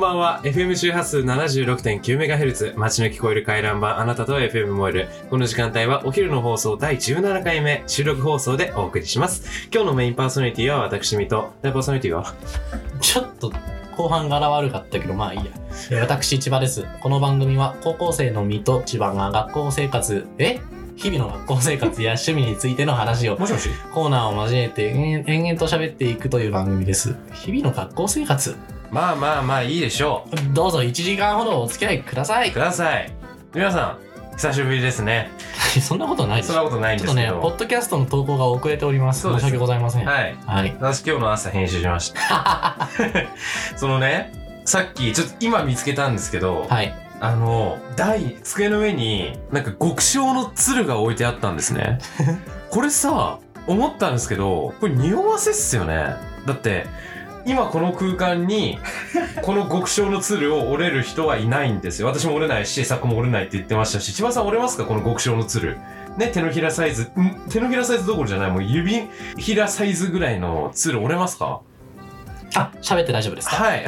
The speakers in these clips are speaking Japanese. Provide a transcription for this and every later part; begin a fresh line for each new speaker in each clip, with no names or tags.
は FM 周波数 76.9MHz 街の聞こえる回覧版あなたと FM モえるこの時間帯はお昼の放送第17回目収録放送でお送りします今日のメインパーソナリティは私みと大パーソナリティは
ちょっと後半柄悪かったけど、まあいいや。えー私、千葉です。この番組は高校生の身と千葉が学校生活、え日々の学校生活や趣味についての話を
もしもし
コーナーを交えて延々延々と喋っていくという番組です。日々の学校生活、
まあまあまあいいでしょ
どうぞ1時間ほどお付き合いくださ
う
い
く。ださい皆さん久しぶりですね
そんなことないでし
そん
ょ
なことないん
ちょ
で
っと
すけ
ね
ど、
ポッドキャストの投稿が遅れております。
そうで
申
す
し訳ございません。
はい
はい。
私今日の朝編集しました そのねさっきちょっと今見つけたんですけど、
はい。
あの、台、机の上に、なんか極小の鶴が置いてあったんですね。これさ、思ったんですけど、これ匂わせっすよね。だって、今この空間に、この極小の鶴を折れる人はいないんですよ。私も折れないし、作も折れないって言ってましたし、千葉さん折れますかこの極小の鶴。ね、手のひらサイズ、ん手のひらサイズどころじゃない、もう指ひらサイズぐらいの鶴折れますか
あ、喋って大丈夫ですか
はい。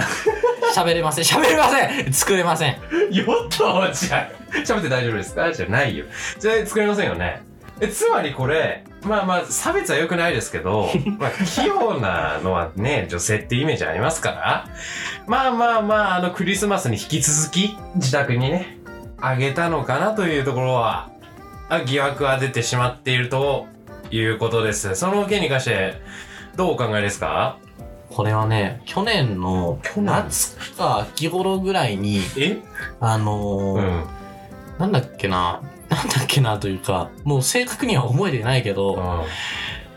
喋れません。喋れません 作れません。
よっとじゃあ、喋って大丈夫ですかじゃないよ。じゃあ、作れませんよね。え、つまりこれ、まあまあ、差別は良くないですけど、 まあ、器用なのはね、女性ってイメージありますから、まあまあまあ、あの、クリスマスに引き続き、自宅にね、あげたのかなというところは、あ疑惑は出てしまっているということです。その件に関して、どうお考えですか
これはね、去年の
去年
夏か秋頃ぐらいに、
え
あ
う
のー
ん。
なんだっけな、なんだっけなというか、もう正確には覚えてないけど、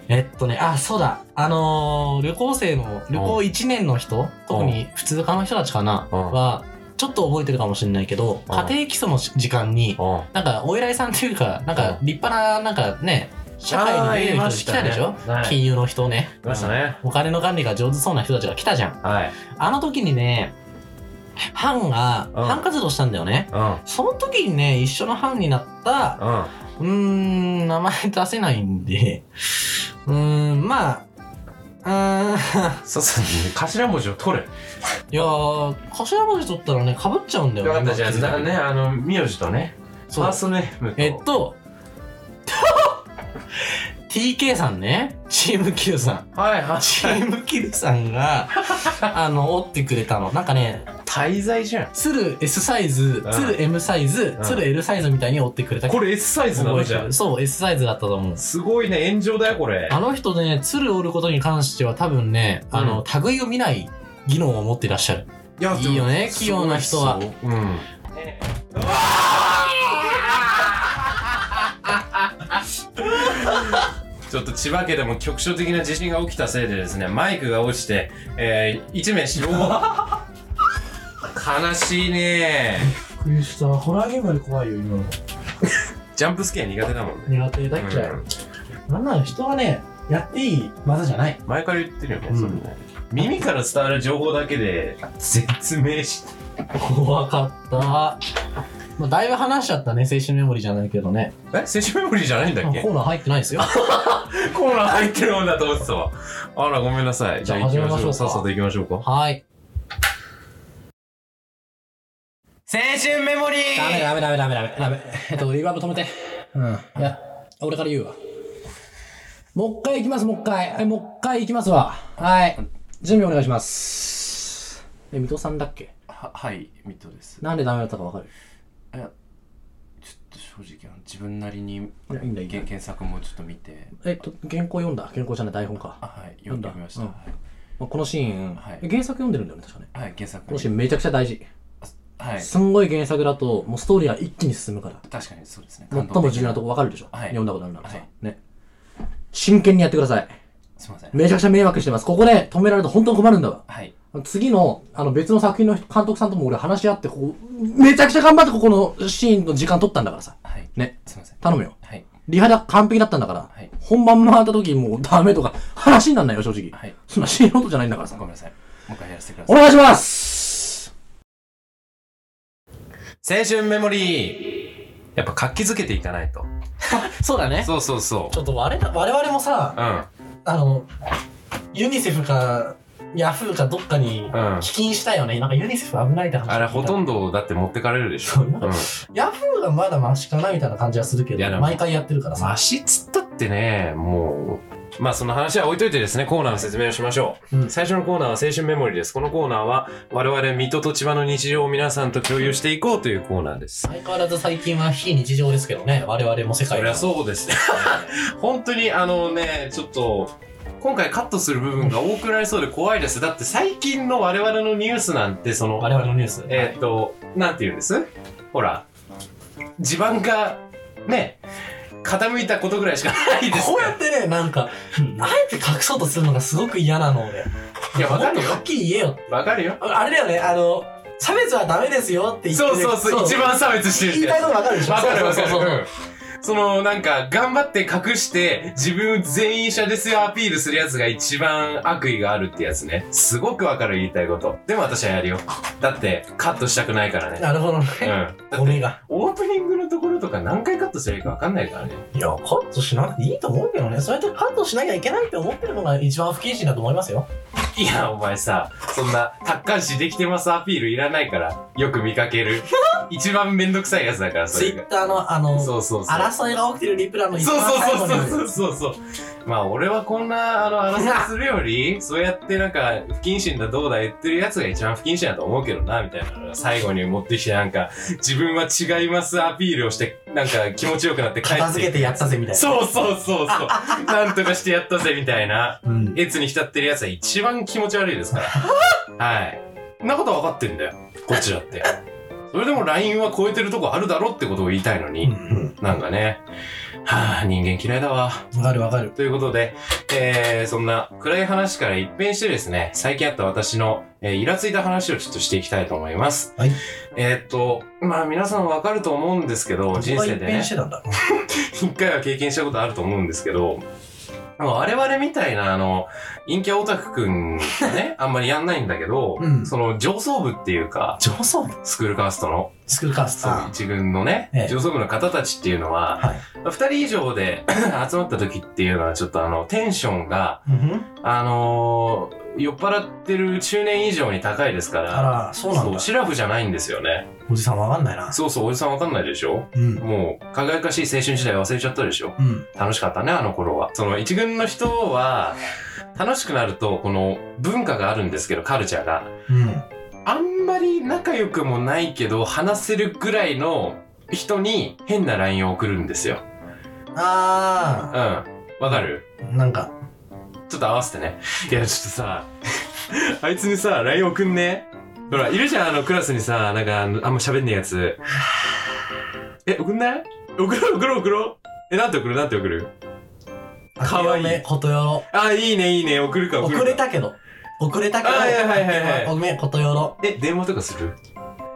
えっとね、あ、そうだ、あのー旅行生の、旅行1年の人、特に普通科の人たちかな、
うん
は、ちょっと覚えてるかもしれないけど、
うん
家庭基礎の時間に、
うん。うん。
なんかお偉いさんというか、なんか立派な、なんかね、社会
あー
に出
い
る
ま
人
し
来
た
た
ね
でしょ、
はい
金融の人ね。
いましたね。
お金の管理が上手そうな人たちが来たじゃん。
はい。
あの時にね、班が、
うん
班活動したんだよね。
うん。
その時にね、一緒の班になった、
うん。
うーん、名前出せないんで、うーん、まあ、うーん、
そうそう、頭文字を取れ。
いやー、頭文字取ったらね、被っちゃうんだよ
よかった、
今
じゃあ、
気づいた
だ
けど
ね、あの、名字とね、フ
そ
ァー
う
ス。トネームと。
えっと、TK さんね、チーム Q さん。
はいはい。
チーム Q さんが、あの、折ってくれたの。なんかね、
滞在じゃん。
鶴 S サイズ
う、ん
鶴 M サイズ
う、ん
鶴 L サイズみたいに折ってくれた
これ S サイズなのじ
覚え
ゃ
て
ん
る。そう、S サイズだったと思う。
すごいね、炎上だよ、これ。
あの人ね、鶴折ることに関しては多分ね、あの、類を見ない技能を持っていらっしゃる。
いや
いいよね
でも
器用な人は
すごいそううん。ちょっと千葉家でも局所的な地震が起きたせいでですね、マイクが落ちて、えー、一名死亡。悲しいね
びっくりした。ホラーゲームより怖いよ、今の。
ジャンプスケア苦手だもんね。
苦手だっけ、
うん
なんなの人がね、やっていい技じゃない。
前から言ってるよね、
うん
それね耳から伝わる情報だけで説明し
怖かった。まあ、だいぶ話しちゃったね、青春メモリーじゃないけどね。
えセッションメモリーじゃないんだ
あ
っ
コ
け
ーナー入ってない ですよ。
コーナー入ってるもんだと思ってたわあらごめんなさいじゃあ行きましょう
じゃあ始めましょうか
さっさと行きましょうか青
はい。
春メモリ
ダメダメダメダメダメダメ。えっと、リバーブ止めて。うん。いや、俺から言うわ。もう一回行きます、もう一回。はい、もう一回行きますわ。はい。準備お願いします。え、水戸さんだっけ
ははいミトです
なんでダメだったかわかる
いやちょっと正直あの自分なりに
いやいいんだいいんだ
検索もちょっと見て
えっと、原稿読んだ。原稿じゃない、台本か。
あはい読んでみました、
うん
はい、
まあこのシーン、
はい
原作読んでるんだよね、確かね。
はい、検
このシ
索
ーンめちゃくちゃ大事。
はい
すんごい原作だと、もうストーリーは一気に進むから。
確かにそうですね
最も重要なとこわかるでしょ、
はい
読んだことあるならさ、
はい
ね。真剣にやってください。
すいません
めちゃくちゃ迷惑してます。ここで止められると本当に困るんだわ。
はい
次の、あの別の作品の監督さんとも俺話し合って、こう、めちゃくちゃ頑張ってここのシーンの時間取ったんだからさ。
はい
ね。
すいません
頼むよ。
はい
リハだ完璧だったんだから、
はい
本番回った時もうダメとか話になんないよ、正直。
はい
そんな素人じゃないんだか
ご
らさ。
めんなさいもう一回やらせてくださ
お
い
願いします
青春メモリーやっぱ活気づけていかないと
そうだね。
そうそうそ
ちょっと我々我々もさ、
ううん
あの、ユニセフか、ヤフーかどっかに
うん
寄金したよね。なんかユニセフ危ないって話。
あれ、ほと
ど。
んどだって持ってかれるでしょ。
そうなんかヤフーがまだマシかなみたいな感じはするけ
いやで
ど、
も
毎回やってるからさ。
マシっつったってね、もう、まあその話は置いといてですね、コーナーの説明をしましょう。
うん
最初のコーナーは青春メモリーです。このコーナーは、我々、水戸と千葉の日常を皆さんと共有していこうというコーナーです。
相変わらず最近は非日常ですけどね。我々も世界
そりゃそう ですね。本当にあのね、ちょっと、今回カットする部分が多くなりそうで怖いです。だって最近の我々のニュースなんて、その、
我々のニュース。
えーっと、なんて言うんですほら、地盤が、ね、傾いたことぐらいしかないですか
こう
ら
やってね、なんか、あえて隠そうとするのがすごく嫌なので。
いやわかるよ
もっとはっきり言えよ。
わかるよ。
あれだよね、あの、差別はダメですよって言っ
そ
てる。
うそうそう、一番差別してるって
言いたいことわかるでしょ
わかるわかる。
そうそうそう
うんその、なんか、頑張って隠して、自分全員者ですよアピールするやつが一番悪意があるってやつね。すごくわかる言いたいこと。でも私はやるよ。だって、カットしたくないからね。
なるほどね。
うん。だ
ご
って、
めんが。
オープニングのところとか何回カットすればいいかわかんないからね。
いや、カットしなくていいと思うけどね。そうやってカットしなきゃいけないって思ってるのが一番不謹慎だと思いますよ。
いや、お前さ、そんな、達観視できてますアピールいらないから、よく見かける。一番めんどくさいやつだから、そ
ツイ
れ
ッ
が。
ターのあの、
そうそうそう。
争いが起きてるリプラの一
そう
番最
そう
後に
そうそうそうそうまあ俺はこんなあの争いするよりそうやってなんか不謹慎だどうだ言ってるやつが一番不謹慎だと思うけどなみたいなのが最後に持ってきてなんか自分は違いますアピールをしてなんか気持ちよくなって帰
片
っ
付け
て
てやったぜみたいな。
そうそうそうそうなんとかしてやったぜみたいな
うん。
越に浸ってるやつは一番気持ち悪いですからはいそんなことは分かってんだよこっちだってそれでも LINE は超えてるとこあるだろってことを言いたいのに、
うん
なんかね、はぁ、人間嫌いだわ。
うん。わかるわかる。
ということで、えー、そんな暗い話から一変してですね、最近あった私の、えーイラついた話をちょっとしていきたいと思います。
はい。
えー、っと、まあ皆さんわかると思うんですけど、人生で
一変
ね
し、てたんだ。
一回は経験したことあると思うんですけど、あの我々みたいな、あの、陰キャオタクくんが ね、あんまりやんないんだけど、
うん
その上層部っていうか、
上層部
スクールカーストの、
スクールカース
そ
ト。
の一軍のね、
ええ
上層部の方たちっていうのは、
はい。
二人以上で 集まった時っていうのはちょっとあのテンションが
うん。
あのー酔っ払ってる中年以上に高いですから
あら、そうなん
そ
だ
う。シラフじゃないんですよね
おじさんわかんないな。
そうそうおじさんわかんないでしょ
うん。
もう輝かしい青春時代忘れちゃったでしょ
うん。
楽しかったねあの頃はその一軍の人は楽しくなるとこの文化があるんですけどカルチャーが
うん。
あんまり仲良くもないけど話せるぐらいの人に変な LINE を送るんですようん
あ
わかる、
ー、なんか、
ちょっと合わせてね。いや、ちょっとさ、 あいつにさ、LINE 送んね。ほら、いるじゃん、あのクラスにさ、なんか、あのあんま喋んねえやつ。え、送んない送ろう、送ろう、送ろう。え、なんて送るなんて送るかわいい
明けおめことよろ。
あ、いいね、いいね、送るか、送るか。
遅れたけど。遅れたけど。
あはいはいはいはい
ごめん、ことよろ。
え、電話とかする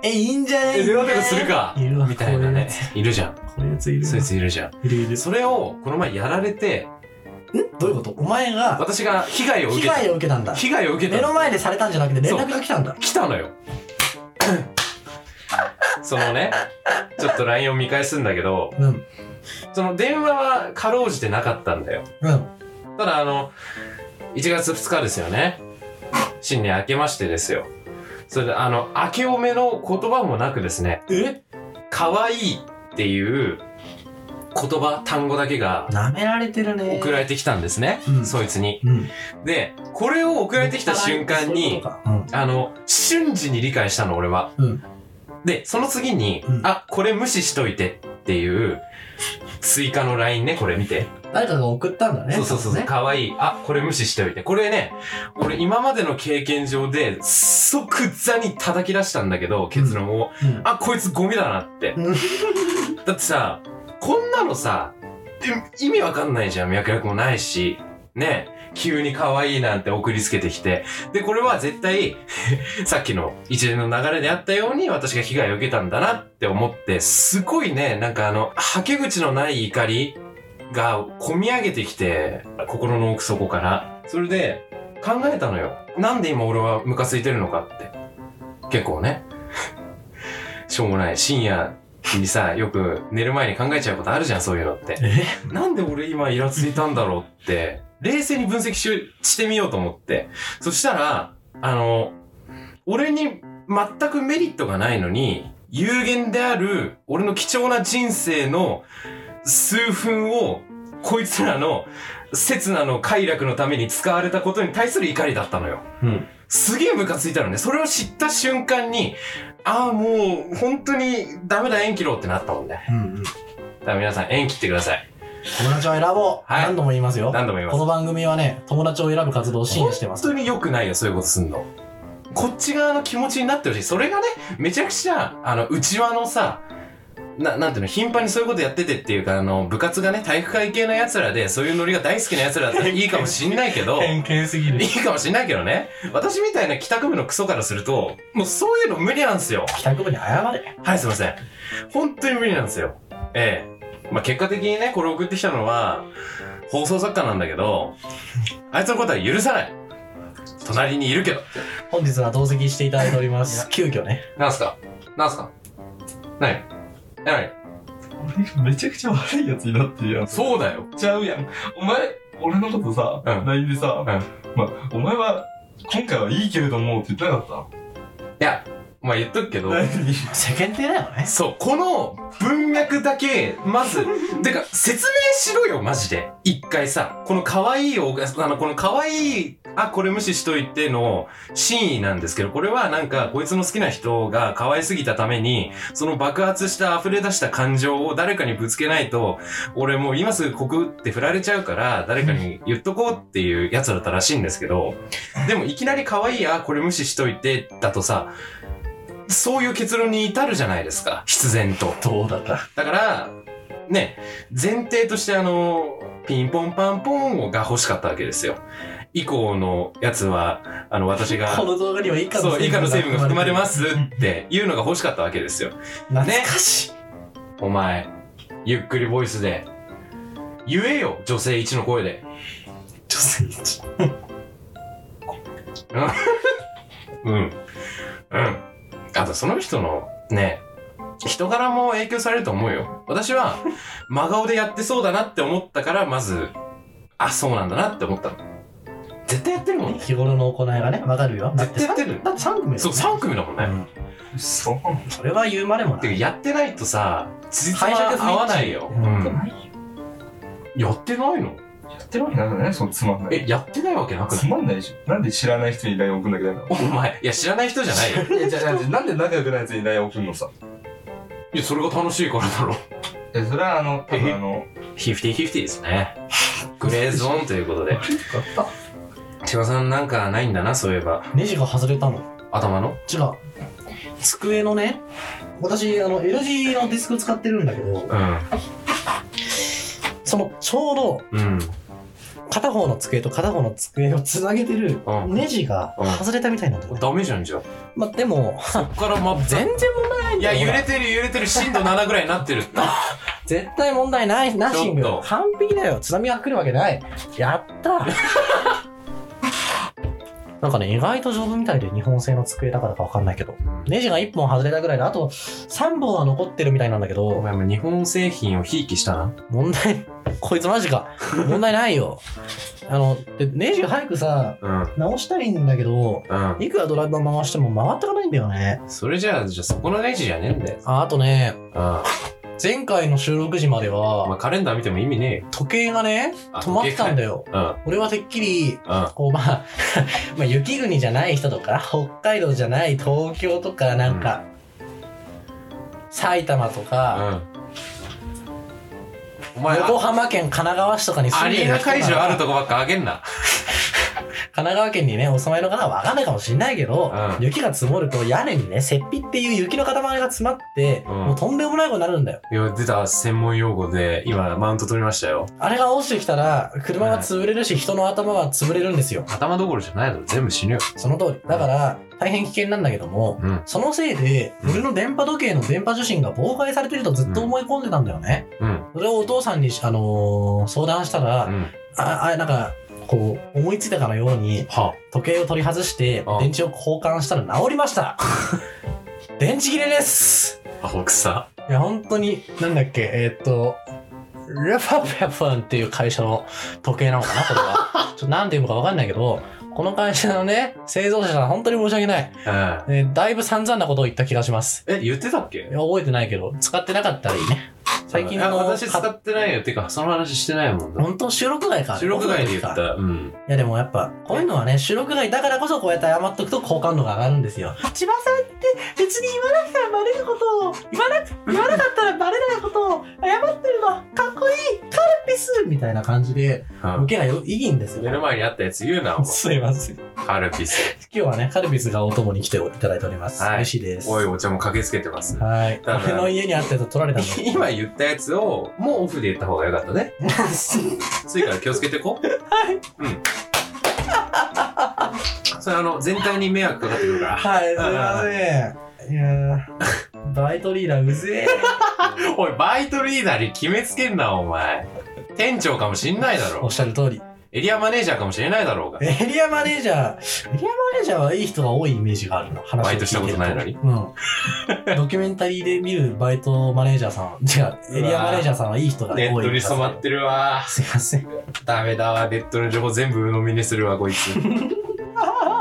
え、いいんじゃない
え、電話とかするか。
いるわ
みたいなね。いるじゃん。
こういうやついる
そいついるじゃん。
いるいる。
それを、この前やられて、
んどういうことお前が、
私が被害を受
被
けた。
害を受けたんだ。
被害を受け
目
た
の
の。
前でされたんじゃなくて連絡が来たんだ。
来たの よ。そのね、ちょっと LINE を見返すんだけど、
うん。
その電話はかろうじてなかったんだよ。
うん。
ただあの、1月2日ですよね。新年明けましてですよ。それであの、明けおめの言葉もなくですね、
え
可愛いっていう言葉、単語だけが
舐められてるね。
送られてきたんですね。
うん
そいつに。
うん。
で、これを送られてきた瞬間
そういう
に
こ、とか
あの、瞬時に理解したの、俺は。
うん。うん。
で、その次に、
うん
あ、これ無視しといてっていう、追加の LINE ね、これ見て。
誰かが送ったんだね。
そうそうそうそう、
ね。
かわいい。あ、これ無視しておいて。これね、俺今までの経験上で、即座に叩き出したんだけど、結論を。
うん。
あ、こいつゴミだなって
うん。
だってさ、こんなのさ、え意味わかんないじゃん、脈絡もないし。ね急に可愛いなんて送りつけてきて。で、これは絶対、さっきの一連の流れであったように、私が被害を受けたんだなって思って、すごいね、なんかあの、吐け口のない怒りが込み上げてきて、心の奥底から。それで、考えたのよ。なんで今俺はムカついてるのかって。結構ね。 しょうもない。深夜にさ、よく寝る前に考えちゃうことあるじゃん、そういうのって。
え
なんで俺今イラついたんだろうって冷静に分析ししてみようと思って。そしたら、あの、俺に全くメリットがないのに、有限である俺の貴重な人生の数分を、こいつらの刹那の快楽のために使われたことに対する怒りだったのよ。
うん。
すげえムカついたのね。それを知った瞬間に、ああ、もう本当にダメだ、縁切ろうってなったもんね。
うんうん。
だから皆さん、縁切ってください。
友達を選ぼう、
はい
何度も言いますよ。
何度も言います
この番組はね、友達を選ぶ活動を支援してます。
本当に良くないよ、そういうことすんの。こっち側の気持ちになってほしい。それがね、めちゃくちゃ、あの、内輪のさ、な、なんていうの、頻繁にそういうことやっててっていうか、あの、部活がね、体育会系の奴らで、そういうノリが大好きな奴らだったらいいかもしんないけど、
偏見すぎる
いい。かもしんないけどね、私みたいな帰宅部のクソからすると、もうそういうの無理なんすよ。
帰宅部に謝れ。
はい、すいません。本当に無理なんですよ。ええ。まあ、結果的にね、これを送ってきたのは、放送作家なんだけど、あいつのことは許さない。隣にいるけど。
本日は同席していただいております。急遽ね。
なんすかなんすか何え何
俺めちゃくちゃ悪いやつになってるやん。
そうだよ。
ちゃうやん。お前、俺のことさ、
うん
LINE でさ、
ん
ま、お前は、今回はいいけれどもって言ってなかっ
いや、まあ、言っとくけ
た
ど、
何
世間体だよね。
そう、この文脈だけ、まず、てか、説明しろよ、マジで。一回さ、この可愛いおが、あの、この可愛い、あ、これ無視しといての真意なんですけど、これはなんか、こいつの好きな人が可愛すぎたために、その爆発した溢れ出した感情を誰かにぶつけないと、俺もう今すぐ告って振られちゃうから、誰かに言っとこうっていうやつだったらしいんですけど、でもいきなり可愛い、あ、これ無視しといて、だとさ、そういう結論に至るじゃないですか、必然と。
どうだった
だから、ね、前提としてあの、ピンポンパンポンが欲しかったわけですよ。以降のやつは、あの、私が、
この動画には以下の。
そう、以下の成分が含まれますすっていうのが欲しかったわけですよ。
懐かしい。
お前、ゆっくりボイスで、言えよ、女性一の声で。
女性一。
うん。うん。あと、その人の、ね、人柄も影響されると思うよ。私は、 真顔でやってそうだなって思ったから、まず、あ、そうなんだなって思ったの。絶対やってるもんね。
日頃の行いがね、わかるよ。だって
絶対やって
さ、
る
だって3組だよ
そう、3組だもんね。
そう。
それは言うまでもな
て
い。
か、やってないとさ、つじつ
解釈
ま
不一致
合わないよ。う
やって
ん。
ないよ。
やってないの
やってるわけないよね、そのつまんない。
え、やってないわけなくな
つ
い
まんないでしょ。なんで知らない人に LINE 送んなきゃいけない
お前、いや、知らない人じゃないよ。
のいや、じゃあ、じゃあなんで仲良くないやつに LINE 送んのさ。
いや、それが楽しいからだろ。
え、それはあの、多分あの、
フィフティフィフティですね。グレーゾーンということで。
買っ
千葉さんなんかないんだな、そういえば。
ネジが外れたの。
頭の
違う。机のね、私、あの、L g のディスク使ってるんだけど、
うん。
その、ちょうど、
うん。
片方の机と片方の机をつなげてる
うん
ネジが外れたみたいなんだよね。
ダメじゃんじゃあ。こ
まあ、でも、
っからま、
全然問題ないん
い
だ
や、
よ。
揺れてる揺れてる、震度7ぐらいになってる。
絶対問題ない、ナッシング
ちょっと。
完璧だよ。津波が来るわけない。やったー なんかね、意外と丈夫みたいで日本製の机だからかわかんないけど。ネジが1本外れたぐらいで、あと3本は残ってるみたいなんだけ
お
ど、
前も日本製品をひいきしたな。
問題、こいつマジか。問題ないよ。あの、でネジ早くさ、
うん。
直したいんだけど、
う
いくらドライバー回しても回ってかないんだよね。
ん。それじゃあ、じゃあそこのレジじゃねえんだよ。
あ、あとね、
うん。ま
前回の収録時まで
あ、
は、
カレンダー見ても意味ねえよ。
時計がね、
あ
止まってたんだよ。
うん。うん。
俺はてっきり、
あ
こうまあ、 まあ雪国じゃない人とか北海道じゃない東京とかなんか、埼玉とか、
お前、
横
あ
浜県神奈川市とかに住
ア
ん
リ
で
ー
る
ナ
人とか
会場あるとこばっかあげんな。
神奈川県にねお住まいの方はわかんないかもしれないけど、
うん
雪が積もると屋根にね雪庇っていう雪の塊が詰まって、
うん
もうとんでもないことになるんだよ
いや、出た専門用語で、今、マウント取りましたよ。
あれが落ちてきたら車が潰れるし、人の頭は潰れるんですよ
頭どころじゃないだろ、全部死ぬよ。
その通りだから大変危険なんだけども、
うん。
そのせいで、
うん
俺の電波時計の電波受信が妨害されてるとずっと思い込んでたんだよね。
うん。
それをお父さんに、あのー相談したら、
うん。
あ、あ、なんか、こう、思いついたかのように、
は
時計を取り外して
あ、
電池を交換したら治り ました。電池切れです
あ、青臭。
いや、本当に、なんだっけ、えーっと、ラファペファンっていう会社の時計なのかな、これ は。ちょっとなんていうのかわかんないけど、この会社のね、製造者さん、本当に申し訳ない。
うん。
えーだいぶ散々なことを言った気がします。
え、言ってたっけ
いや覚えてないけど、使ってなかったらいいね。最近
あ
の、
私使
か
ってないよ。てか、その話してないもんな。
本当収録外か。
収録外で言っ
い
た。うん。
やでもやっぱ、こういうのはね、収録外だからこそこうやって謝っとくと好感度が上がるんですよ。千葉さんって別に言わなくたらバレることを、言わなく、言わなかったらバレないことを謝ってるのはかっこいいカルピスみたいな感じで、
うん
受けがよいいんです
目の
よ。
前にあったやつ言うな、お前
すいません。今
カルピ ス。
日はね、カルピスがお供に来ていただいております。
はい
嬉しいです。
おい
は
お茶も駆けつけてますね。
い。
ただ
俺の家にあったやつ取られたの。
今言ったやつを、もうオフで言った方がよかったね。次から気をつけてこ。
はい。
それあの、全体に迷惑かかってくるから。
はい、すいません。いや ーバイトリーダーうぜ
おい、バイトリーダーに決めつけんな、お前。店長かもしんないだ
え。
ろ
おっ。しゃる通り。
エリアマネージャーかもしれないだろうが。
エリアマネージャー、エリアマネージャーはいい人が多いイメージがあるの。話を聞いて
バ
る
イトしたことないのに
うん。ドキュメンタリーで見るバイトマネージャーさん、違う、エリアマネージャーさんはいい人が多い。
ネットに染まってるわ。
すいません。
ダメだわ、ネットの情報全部鵜呑みにするわ、こい つ。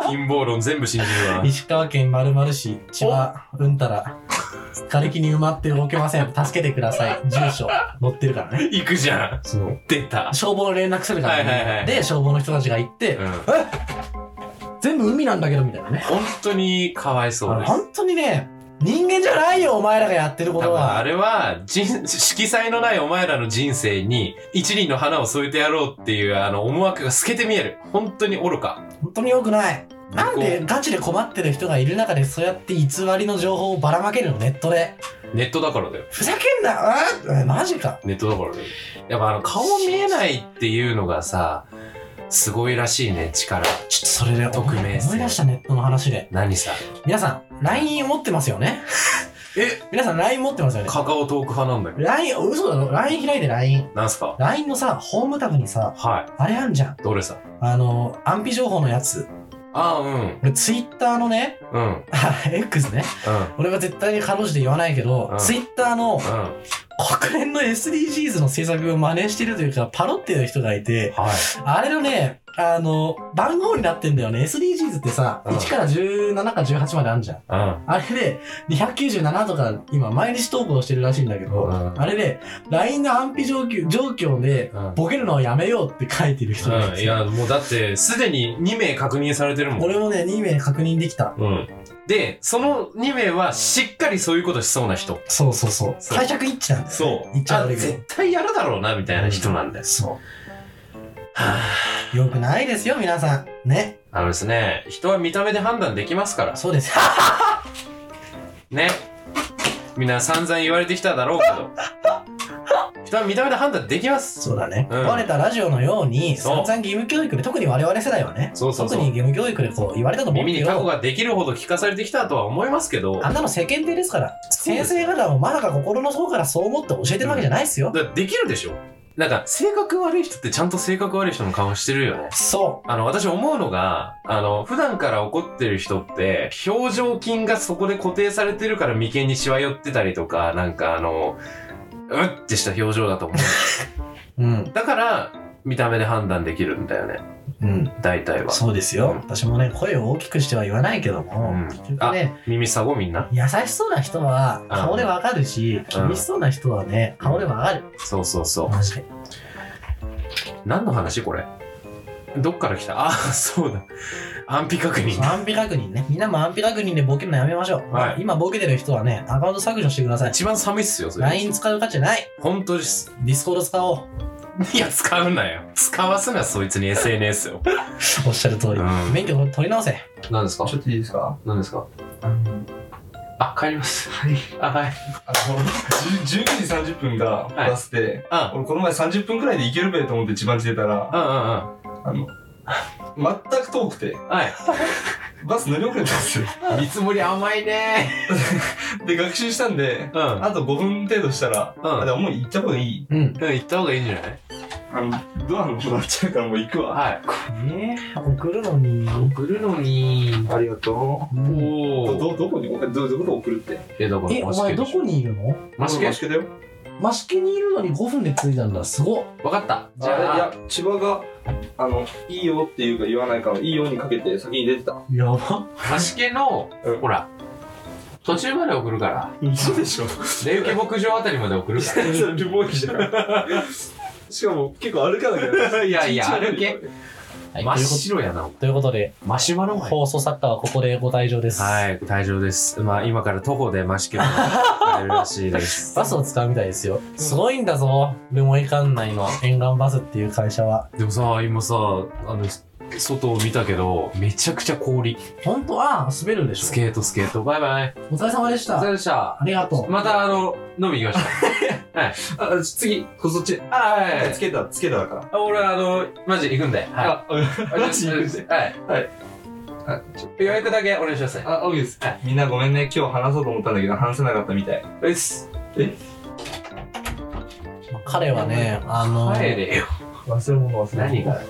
陰謀論全部信じるわ。
石川県丸々市、千葉、うんたら。枯れ木に埋まって動けません。助けてください。住所、載ってるからね。
行くじゃん。
そう。
出た。
消防の連絡するからね。
はいはいはい
で、消防の人たちが行って、
うん。
全部海なんだけどみたいなね。
本当にかわい
あ
そう
の
です。
本当にね、人間じゃないよ、お前らがやってるこ
多
と
分あ
は。
れは人、色彩のないお前らの人生に一輪の花を添えてやろうっていうあの思惑が透けて見える。本当に愚か。
本当に良くない。なんで
こ
ガチで困ってる人がいる中でそうやって偽りの情報をばらまけるの、ネットで。
うネットだからだよ。
ふざけんなあーマジか。
ネットだからだよ。やっぱあの顔見えないっていうのがさ、すごいらしいね、力。
ちょっとそれで
匿名性
思い出したネットの話で。
何さ。
皆さん、LINE 持ってますよね
え
皆さん LINE 持ってますよね
カカオトーク派なんだけ
?LINE、お嘘だろ ?LINE 開いて LINE。
ど。なんすか
LINE のさ、ホームタブにさ、
は
あれあんじゃん。
い。どれさ。
あの、安否情報のやつ。
ああ、うん。
俺、Twitter のね、
うん。うん。
あ X ね。俺は絶対にかろうじて言わないけど、
うん
ツイッターの
うん。
国連の SDGs の政策を真似してるというか、パロってる人がいて、
はい。
あれのね、あの、番号になってんだよね。SDGs ってさ、
うん
1から17か18まであるじゃん。
うん。
あれで、297とか今毎日投稿してるらしいんだけど、
うん
あれで、LINE の安否状況状況で、
うん
ボケるのはやめようって書いてる人がい
うん、い
て、
や、もうだって、すでに2名確認されてるもん。
俺もね、2名確認できた。
うん。で、その2名はしっかりそういうことしそうな人。
そうそうそう。
そう
解釈一致なんだよね。
そう。
一致
あ、
悪いけど
絶対やるだろうな、みたいな人なんだよ。
そう。よくないですよ、皆さん。ね。
あのですね、人は見た目で判断できますから。
そうです。
ね。みんな散々言われてきただろう けど。人は見た目で判断できます。
そうだね。
うん
壊れたラジオのように、
そう
散々義務教育で、特に我々世代はね、
そうそうそう
特に義務教育でこう言われたと思うん
耳
だけ
にタコ
ど、
ができるほど聞かされてきたとは思いますけど、
あんなの世間体ですから、
そうで
先
す
生方もまだか心の底からそう思って教えてるわけじゃないですよ。
だからできるでしょなんか、性格悪い人ってちゃんと性格悪い人の顔してるよね。
そ
あの、私思うのが、あの、普段から怒ってる人って、表情筋がそこで固定されてるから眉間にしわ寄ってたりとか、なんかあの、うってした表情だと思う。
う。うん。
だから、見た目で判断できるんだよね。
うん。
大体は。
そうですよ。私もね、声を大きくしては言わないけども、
うん
結局ね、
耳さごみんな。
優しそうな人は顔でわかるし、気にしそうな人はね、顔でわかる。
そうそうそう。
確かに。
何の話これ。どっから来たあ、そうだ。安否確認。
安否確認ね。みんなも安否確認でボケるのやめましょう。
はい
今ボケてる人はね、アカウント削除してください。
一番寒いっすよ、それ。
LINE 使う価値ない。
本当です。
ディスコード使おう。
いや、使うなよ。使わすな、そいつに SNS を。
おっしゃる通り。
うん
免許取り直せ。
何ですか
ちょっといいですか
何ですか
あの、
あ、帰ります。
はい。
あ、はい。
あの、じゅ12時30分が
はい
バスで、
あ、
俺この前30分くらいで行けるべと思って自慢してたら、
うんうんうん。
あの、全く遠くて、
はい。
バス乗り遅れたんですよ。
見積もり甘いね
で、学習したんで、
うん。うん。
あと5分程度したら、
うん
あでももう行った方がいい。
うん。
行った方がいいんじゃない
あの、ドアの方なっちゃうからもう行くわ。
はい。
ねえ、送るのに。
送るのに
ありがと
お
う。ど、
お。
どどこにど、どこで送るって。
え、だから、
え、お前どこにいるの
マシケ
マシケだよ。
益城にいるのに5分で着いたんだすごっ
わかった。
じ
じ
ゃあい
ゃあ、
や千葉があのいいよっていうか言わないかのいいよにかけて先に出てた
やば
足毛の
うん、
ほら、途中まで送るから、
嘘で しょ
出受け牧場あたりまで送るか
それ旅行機じゃんしかも結構歩かなきゃな
ら。いやいや、
一日
歩け。
はい
真っ
ということ
白やな。
ということで
マシュマロは
放送作家はここでご退場です
い、退場です。まあ、今から徒歩で益城まで帰るらしいで す。
バスを使うみたいですよすごいんだぞ留萌管内の沿岸バスっていう会社は
でもさ、今さ、あの、外を見たけど、めちゃくちゃ氷。
本当は滑るんでし
ス
ょ
ケートスケート。バイバイ。
お疲れ様でし
お疲れ
た
様でした。
ありがとう
また、あの、飲み行きました。はい。
あ次こそっち
あ、はいはい。
つけたつけただから
あ俺、あの、マジ行くんで。はい。
あ マジ行くんで
はい。
あ
予約だけお願いしますね。
あ、オッケーです。みんなごめんね、今日話そうと思ったんだけど、話せなかったみたい。
うっす。
彼はねあの
帰れよ。
忘れ物忘
何が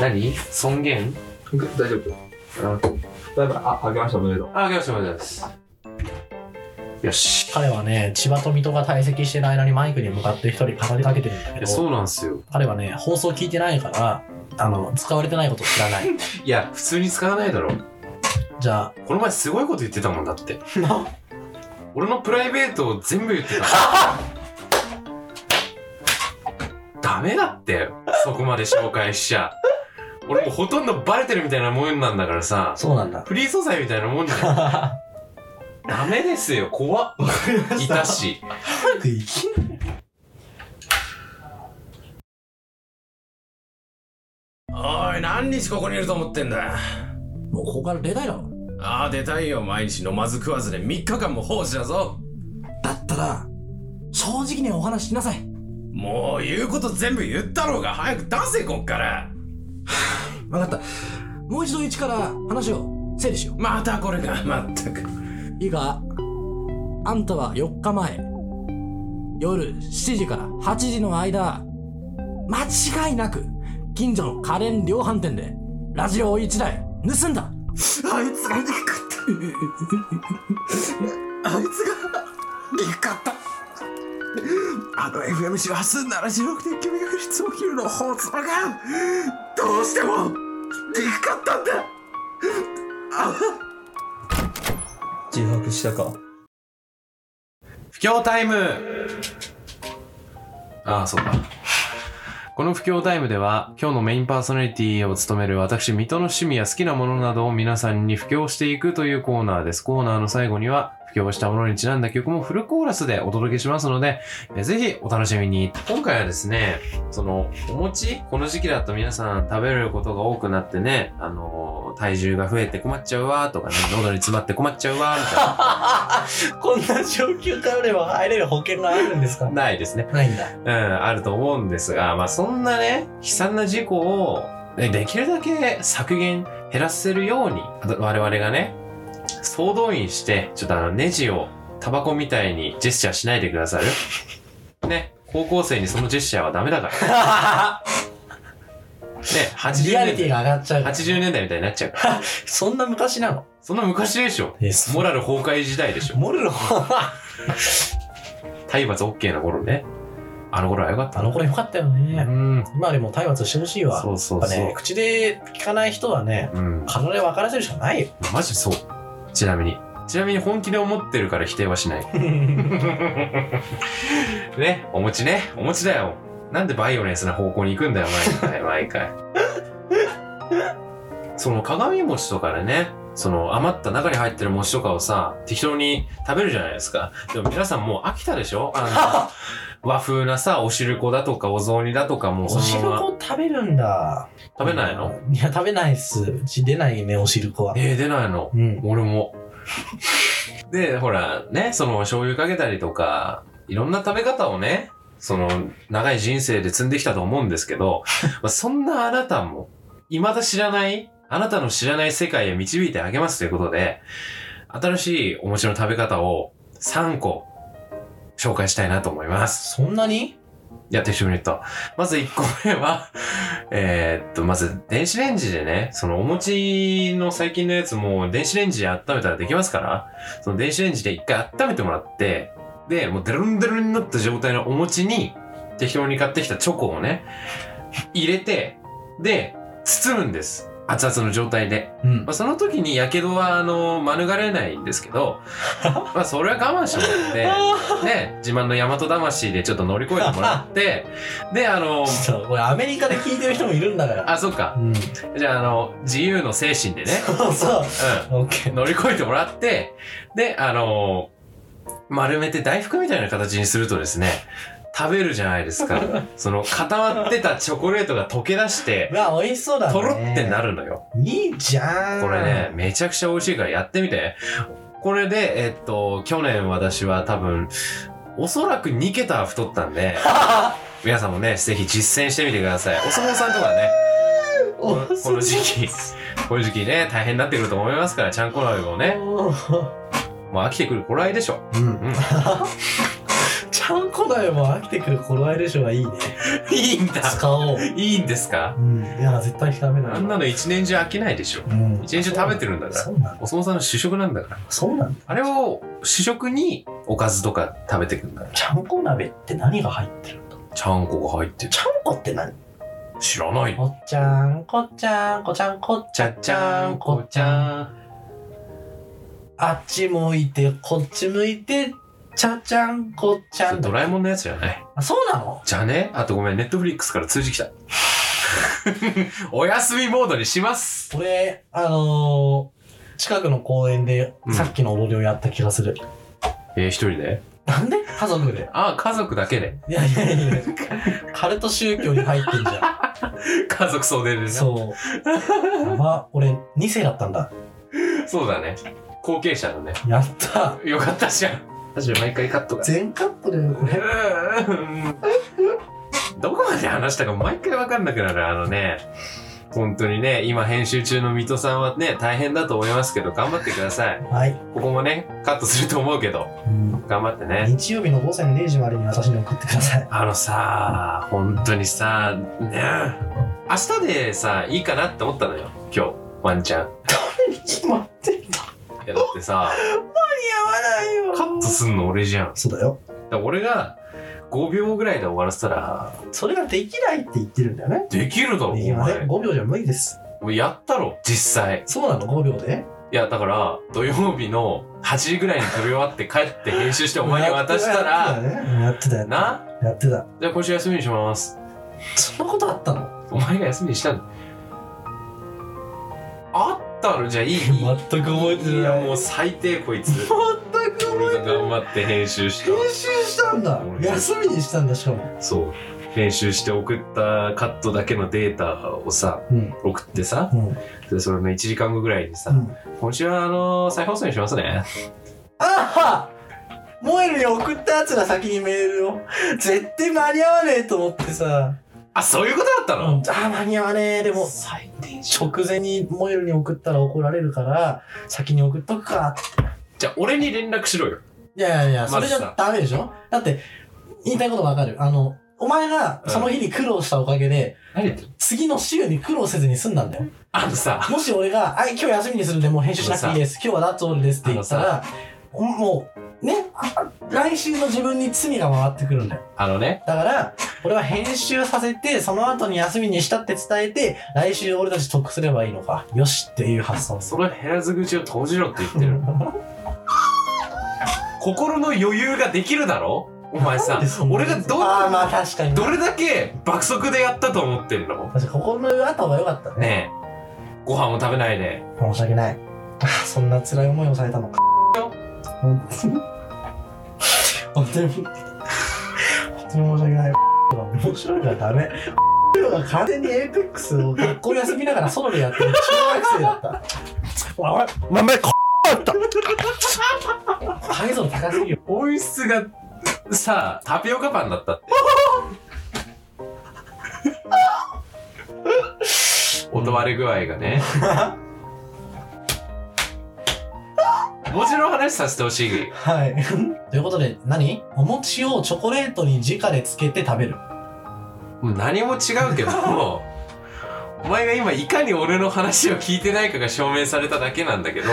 何尊厳
物。大丈夫。あバイバイ。あ、あけました、おめでとう。
あ、来ました、おめでとうございます。よし。
彼はね千葉と水戸が退席してる間にマイクに向かって一人語りかけてるんだけ
いや
ど
そうなんですよ。
彼はね放送聞いてないからあの使われてないこと知らない
いや、普通に使わないだろ。
じゃあ
この前すごいこと言ってたもんだって。俺のプライベートを全部言ってた。ダメだって、そこまで紹介しちゃ。俺もうほとんどバレてるみたいなもんなんだからさ。
そうなんだ
フリー素材みたいなもんじゃん。ダメですよ、怖っ。いたし。
おい何日ここにいると思ってんだ
もうここから出ないだろ
ああ出たいよ毎日飲まず食わずで3日間も奉仕だぞ
だったら正直にお話ししなさい
もう言うこと全部言ったろうが早く出せこっから
分かったもう一度一から話を整理しよ
またこれがまったく
ういいかあんたは4日前夜7時から8時の間間違いなく近所の家電量販店でラジオを1台盗んだ
あいつが憎かったあいつが憎かったあの FM周波数76.9キロヘルツお昼の放送がどうしても憎かったんだ
自白したか。
不況タイムああ、そうか。この不況タイムでは、今日のメインパーソナリティを務める私、水戸の趣味や好きなものなどを皆さんに布教していくというコーナーです。コーナーの最後には、布教したものにちなんだ曲もフルコーラスでお届けしますので、えーぜひお楽しみに。今回はですね、その、お餅この時期だと皆さん食べることが多くなってね、あのー体重が増えて困っちゃうわとかね、喉に詰まって困っちゃうわみたい
こんな上級からでも入れる保険があるんですか
な、ないですね。
ないんだ。
うん、あると思うんですが、まあそんなね、悲惨な事故を、ねできるだけ削減、減らせるように、あと我々がね、総動員して、ちょっとあの、ネジをタバコみたいにジェスチャーしないでくださる ね、高校生にそのジェスチャーはダメだから。ね、80
リアリ
年
ティ
代、
が上がっちゃう。
80年代みたいになっちゃう から。
そんな昔なの
そんな昔でしょ。
え、そ
モラル崩壊時代でしょ。
モル の
体罰 OK な頃ね。あの頃は良かった
あ
な
の頃よかったよ
う
ね。
ん。
今でも体罰してほしいわ。
そうそう
やっぱ
そう
ね、。口で聞かない人はね、
うん。
体で分からせるしか ないよ。
マジそう。ちなみに。ちなみに本気で思ってるから否定はしない。ね、お餅ね、お餅だよ。なんでバイオレンスな方向に行くんだよ、毎回、毎回。その鏡餅とかでね、その余った中に入ってる餅とかをさ、適当に食べるじゃないですか。でも皆さんもう飽きたでしょあの、和風なさ、お汁粉だとかお雑煮だとかもう
お
そ
汁
のまま
粉食べるんだ。
食べないの
いや、食べないっす。うち出ないね、お汁粉は。
えー、出ないの
うん。
俺も。で、ほら、ね、その醤油かけたりとか、いろんな食べ方をね、その長い人生で積んできたと思うんですけ ど、まあそんなあなたも、未だ知らない、あなたの知らない世界へ導いてあげますということで、新しいお餅の食べ方を3個紹介したいなと思います。
そんなに
やってしまった。まず1個目は、 えーっと、まず電子レンジでね、そのお餅の最近のやつも電子レンジで温めたらできますから、その電子レンジで一回温めてもらって、で、もうデルンデルンになった状態のお餅に、適当に買ってきたチョコをね、入れて、で、包むんです。熱々の状態で。
うん
ま。あ、その時に火傷は、あの、免れないんですけど、まあ、それは我慢してもらって、ね、自慢の大和魂でちょっと乗り越えてもらっ て、で、あの、
ちょっと、これアメリカで聞いてる人もいるんだから。
あ、そっか。
うん。
じゃあ、あの、自由の精神でね、
そうそう。
うん。
オッケー。
乗り越えてもらって、で、あの丸めて大福みたいな形にするとですね、食べるじゃないです か。その固まってたチョコレートが溶け出して、
うわ、美味しそうだね。
とろってな。るのよ。
いいじゃん。
これね、。めちゃくちゃ美味しいからやってみて。これで、えっと、去年私は多分、おそらく2桁は太ったんで、皆さんもね、ぜひ実践してみてください。お相撲さんとかね、このこの時期、こういう時期ね、大変になってくると思いますから、ちゃんこ鍋もね、もう飽きてくる頃合いでしょ。
うん。
うん。
ちゃんこだよ、もう飽きてくる頃合いでしょが いいね。
いいんだ。
使おう。
いいんですか
うん。いや、絶対ダメだよ。
あんなの一年中飽きないでしょ。
うん。
一年中食べてるんだから。
そうなんだ。
お相撲さんの主食なんだから。
そうなんだ。
あれを主食におかずとか食べてくんだから。
ちゃんこ鍋って何が入ってるんだ
ちゃんこが入ってる。
ちゃんこって何
知らない
おっちゃん、こっちゃん、こちゃん、こっち
ちゃっちゃんこちゃん。
あっち向いて、こっち向いて、ちゃちゃん、こっちゃん。
ドラえもんのやつじゃない。
あ、そうなの
じゃあね、あとごめん、ネットフリックスから通知来た。お休みモードにします。
俺、あのー、近くの公園で
うん
さっきの踊りをやった気がする。
えー、一人で
なんで家族で。
あ、家族だけで。
いやいやいや、カルト宗教に入ってんじゃ
家族総出でね。
ん。
そう
そう。やば、俺、2世だったんだ。
だね。後継者だね。
やった。
よかったじゃん。私毎回カットが。
全カップだよ、これ。
どこまで話したか毎回わかんなくなる。あのね、本当にね、今編集中の水戸さんはね、大変だと思いますけど、頑張ってください。
はい。
ここもね、カットすると思うけど、
うん
頑張ってね。
日曜日の午前0時までに私に送ってください。
あのさ、本当にさ、ね、明日でさ、いいかなって思ったのよ、今日、ワンチャン。
決まってる。
いや、だって さ、
やばないよ。
カットすんの俺じゃん。だか
そうだよ。
ら俺が5秒ぐらいで終わらせたら、
それができないって言ってるんだよね。
できるだろ、お
できません。
前。
5秒じゃ無理です。
俺やったろ、実際。
そうなの ?5 秒で
いや、だから、土曜日の8時ぐらいに食べ終わって帰って編集してお前に渡したら、
やってたよね。
な
やってた。
じゃあ今週休みにします。
そんなことあったの
お前が休みにしたのあったのじゃあいい。全
全く覚えてない
いや、もう最低こいつ。
全く
俺が頑張って編集し
編集したんだ
俺
休みにしたんだ、しかも。
た。そう。編集して送ったカットだけのデータをさ、
うん。
送ってさ、
うん。
でそれの1時間後ぐらいにさ、
うん
今週はあの再放送にしますね。
あはモエルに送ったやつが先にメールを。絶対間に合わねえと思ってさ。
あ、そういうことだった
あ
の、
あ、間に合わねえ。でも、
最低じゃん
直前にモエルに送ったら怒られるから、先に送っとくか
じゃあ俺に連絡しろよ。
いやいやいや、そ
ま
れ
ず
じ
さ
ゃダメでしょだって、言いたいことわかる。あの、お前がその日に苦労したおかげで、
何言ってんの
次の週に苦労せずに済んだん だよ。
あのさ、
もし俺が、あ、今日休みにするんでもう編集しなくていいです。今日はダッツオールですって言ったら、もう、ね、あ来週の自分に罪が回ってくるんだよ。
あのね、
だから、俺は編集させて、その後に休みにしたって伝えて、来週俺たち得すればいいのか。よしっていう発想。
その減らず口を閉じろって言ってる心の余裕ができるだろお前 さ俺がど
ああ、まあ確かに。
どれだけ爆速でやったと思ってんの
確かに、ここのあった方が良かったね。
ねえご飯も食べないで
申し訳ない。ああそんな辛い思いをされたのか。本当に。本当に。本当に申し訳ない。面白いからダメ。が完全にエイペックスを学校休みながらソロでやってる小学生だった。おい、お前、こだった。解像度高すぎる。
音質がさタピオカパンだったって音割れ具合がねもちろん話させてほしい
はい。ということで、何お餅をチョコレートに直でつけて食べる。
もう何も違うけどお前が今いかに俺の話を聞いてないかが証明されただけなんだけど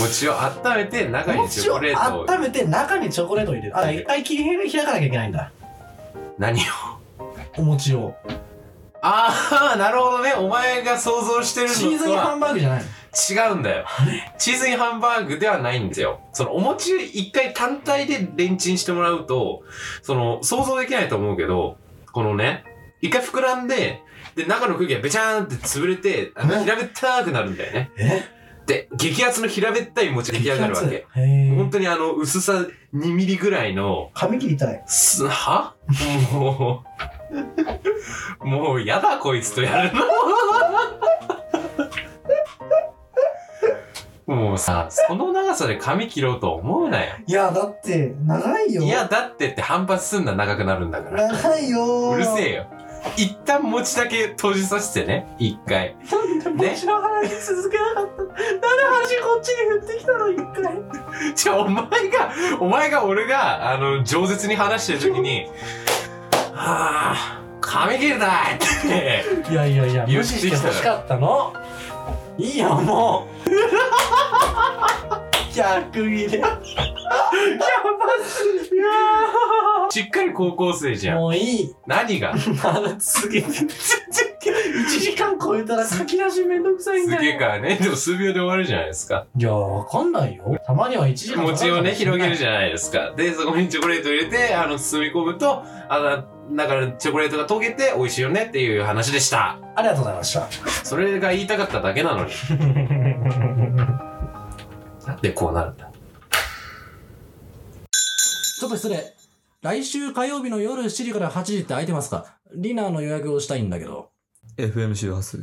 餅を温めて中にチ
餅
ョ
を
コレートを
温めて中にチョコレートを入れるあ一回切り開かなきゃいけないんだ
何を
お餅を
ああなるほどねお前が想像してる
チー
の
ズ
と
にハ
は
ンバーグじゃないの
違うんだよチーズインハンバーグではないんですよそのお餅一回単体でレンチンしてもらうとその想像できないと思うけどこのね一回膨らんでで中の空気がべちゃーんって潰れてあの平べったくなるんだよね
え
で激圧の平べったい餅が出来上がるわけ
へえ
本当にあの薄さ2ミリぐらいの
髪切りたい
す、はもう、もうやだこいつとやるの。もうさ、その長さで髪切ろうと思うなよ。
いやだって長いよ
いや、だってって反発すんな長くなるんだから。
長いよ
うるせえよ。一旦餅だけ閉じさせてね、一回。ね、
の話続けなかったなんで話こっちに振ってきたの一回
じゃあお前が、お前が俺が、あの、饒舌に話してる時に、はあ、髪切るだって。
いやいやいや、
言
無
って
視
きた
して
ら
欲しかったの。いいよ、もう。 逆ギレ。
しっかり高校生じゃん。
もういい。
何が
長す ぎて。1時間超えたら書き出しめんどくさいん
す
だ
げえ
よ。
からね。 でも数秒で終わるじゃないですか。
いや、わかんないよ。たまには1時間かかるかもし
餅
れない
をね、広げるじゃないですか。で、そこにチョコレート入れて、あの、包み込むと、あの、だからチョコレートが溶けて美味しいよねっていう話でした。
ありがとうございました。
それが言いたかっただけ なのに。なんでこうなるんだ
ちょっと失礼。来週火曜日の夜7時から8時って空いてますかディナーの予約をしたいんだけど。
FMC ハス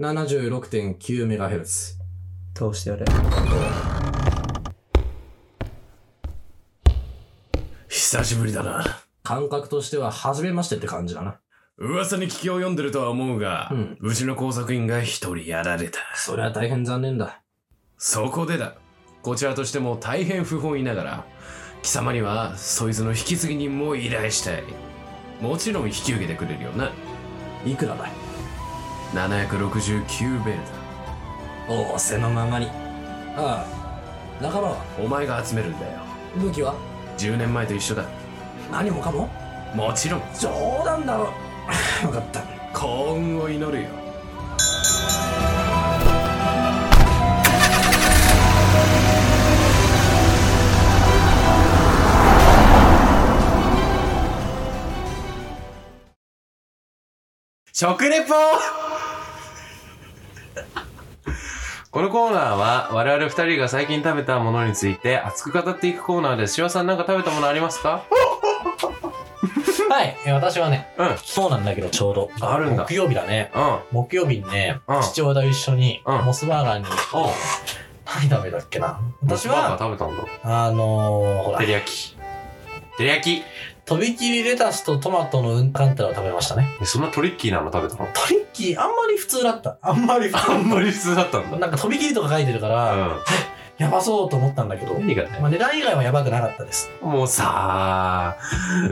76.9メガヘルツ。
倒してやれ
久しぶりだな。
感覚としては初めましてって感じだな。
噂に聞きを読んでるとは思うが、
う
うんちの工作員が一人やられた。
それは大変残念だ。
そこでだ。こちらとしても大変不本意ながら、貴様にはそいつの引き継ぎ人も依頼したい。もちろん引き受けてくれるよな。
いくらだい
769ベルだ。
おお背のままにああ仲間は
お前が集めるんだよ。
武器は
10年前と一緒だ。
何もかも
もちろん、
冗談だろ 分かった
幸運を祈るよ。
食レポ このコーナーは我々二人が最近食べたものについて熱く語っていくコーナーです。しわさんなんか食べたものありますか
はいえ私はね、
うん
そうなんだけどちょうど
あるんだ
木曜日だね
うん。
木曜日にね、
うん
父親と一緒に、
うん
モスバーガーに
お
何食べたっけな私
バーガー食
は
べたんだ。
あのー、ほら
照り焼き。照り焼
とびきりレタスとトマトのうんかんたらを食べましたね
き。そんなトリッキーなの食べたの
トリッキーあんまり普通だったあんまり普
あんまり普通だったんだ。
なんかとびきりとか書いてるから、やばそうと思ったんだけど、
うん。何がね。
まあ、値段以外はやばくなかったです
もうさ、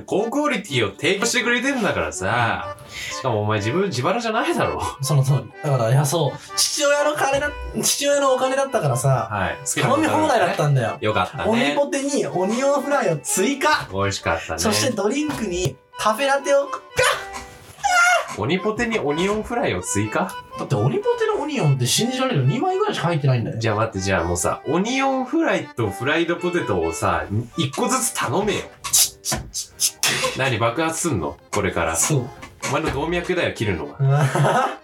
高クオリティを提供してくれてんだからさ。しかもお前自分自腹じゃないだろ。
その通り。だから、いや、そう、父親の金だ、父親のお金だったからさ、
はい。好きな
頼
も
み
の
放題だっ
ね。
たんだよ。
よかった
オニ
ね。
ポテにオニオンフライを追加
美味しかったね。
そしてドリンクにカフェラテを、
オニポテにオニオンフライを追加
だってオニポテのオニオンって信じられる2枚ぐらいしか入ってないんだよ。
じゃあ待って、じゃあもうさ、オニオンフライとフライドポテトをさ、一個ずつ頼めよ。何爆発すんのこれから。
そう。
お前の動脈だよ、切るのが。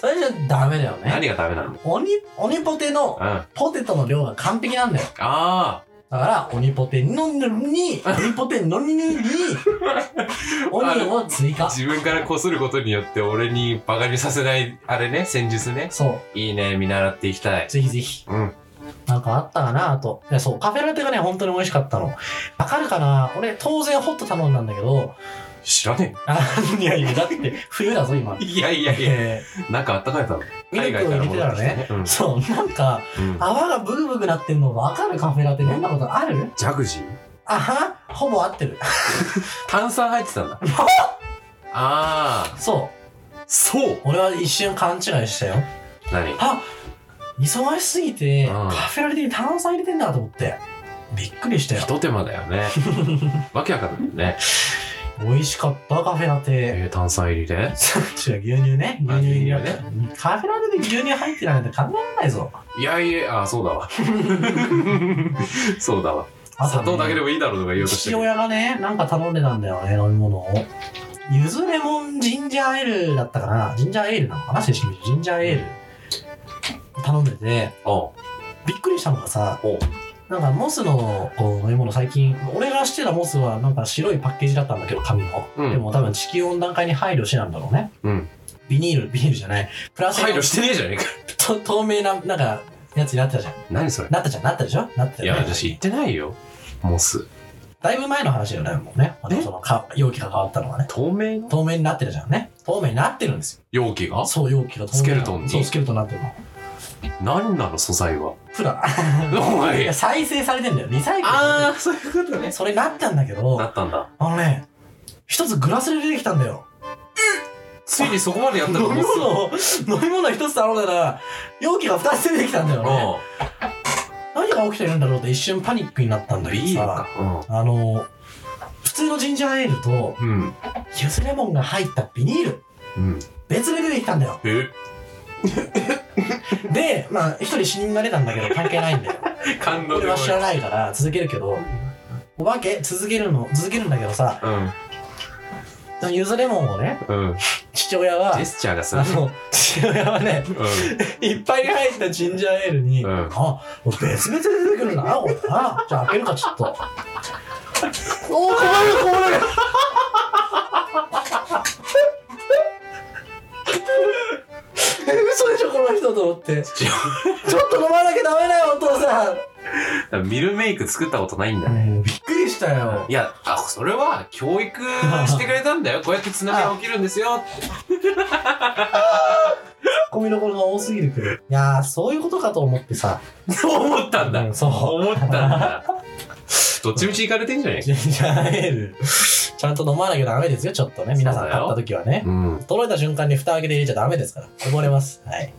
それじゃダメだよね。
何がダメなのうん。
オニ、オニポテの
あ
ポテトの量が完璧なんだよ。
あー。
だから、オニポテのに、オニポテ のにに、オニオンを追加。
自分からこすることによって俺にバカにさせない、あれね、戦術ね。
そ。。
いいね、見習っていきたいう
ぜひぜひ。
うん。
なんかあったかなあと。いや、そう、カフェラテがね、本当に美味しかったの。わかるかな俺、当然ホット頼んだんだけど、
知らね
あ、いやいや、だって、冬だぞ、今
え。。いやいやいや、
え
なんかあったかいだろ。
ミルクを入れてたらね。
うん
ー。そう、なんか、
うん。
泡がブクブクなってんのわかるカフェラテ飲んだことある
ジャグジー
あはほぼ合ってる。
炭酸入ってたんだ。ああ。
そ
そう
う。俺は一瞬勘違いしたよ。
何
あ忙しすぎて、
うん
カフェラテに炭酸入れてんだと思って。びっくりしたよ
ひ。と手間だよ ね。わけわかんないよね。
美味しかった、カフェラテ。
えー、炭酸入りで
違う、牛乳ね。牛
あ
乳
牛
入
乳
れ
ね
て。カフェラテで牛乳入ってないなんて考えられないぞ。
いやいや、あ、そうだ わ。そうだわ。
朝
砂
ね
糖だけでもいいだろうとか言おうとして
父
る。
親がね、なんか頼んでたんだよね、飲み物を。ゆずレモンジンジャーエールだったかな。ジンジャーエールなのかな正式に。ジンジャーエール。頼んでて、
おう
びっくりしたのがさ
おう、
なんかモスのこう飲み物最近、俺がしてたモスはなんか白いパッケージだったんだけど、紙の。
うん
でも多分地球温暖化に配慮してなんだろうね。
うん
ビニール、ビニールじゃない。プラス
配慮してねえじゃねえか。
と透明な、なんか、やつになってたじゃん。
何それ
なったじゃん、なったでしょなった
いや、
よね。
私言ってないよ。モス。
だいぶ前の話だよね、もうね。あのそのか容器が変わったのはね。
透明の
透明になってるじゃんね。透明になってるんです
容器が
よ。そう、容器が透明。
スケルトンに
そう、スケルトンになってるの。
何なの素材は。
プラ。
お
い
前
や、。再生されてんだよ。リサイクルされてる。
あー、そういうことね。
それなったんだけ
な
ど、
ったんだ。
あのね、一つグラスで出てきたんだよ。
ついにそこまでやった
飲
のモ
み
ス
物を、飲み物一つ頼んだら、容器が二つ出てきたんだよね。
おう
何が起きてるんだろうって一瞬パニックになったんだけど
ビール
さ
か。。
あの、普通のジンジャーエールと、
うん。うん。
ゆずレモンが入ったビニール、
うん。
別で出てきたんだよ。
え
で、まあ、一人死人が出たんだけど関 係ないんだよ。
感動
俺
で
は
も
知らないから続けるけど、お化け続けるの、続けるんだけどさ、そのゆずレモンをね、
うん。うん。
父親は
ジェ、スチャーがする
あ。の、父親はね、
う
いっぱいに入ったジンジャーエールに、
うん
あ、もう別々で出てくるな、これな。じゃあ開けるか、ちょっと。おー、こぼれる、こぼれる。え嘘でしょ、この人と思って。ちょっと飲まなきゃダメだよ、お父さん。
ん。ミルメイク作ったことないんだね。
びっくりしたよ
い。や、あ、それは教育してくれたんだ よ。こうやって津波が起きるんですよ。
込みどころが多すぎるけど。いやー、そういうことかと思ってさ。
そう思ったんだ。
うんそう。
思ったんだ。どっちみち行かれてんじゃねえか。
ジンジャーエール。ちゃんと飲まなきゃダメですよ、ちょっとね。皆さん買った時はね。
うん。
届いた瞬間に蓋開けて入れちゃダメですから。こぼれます。はい。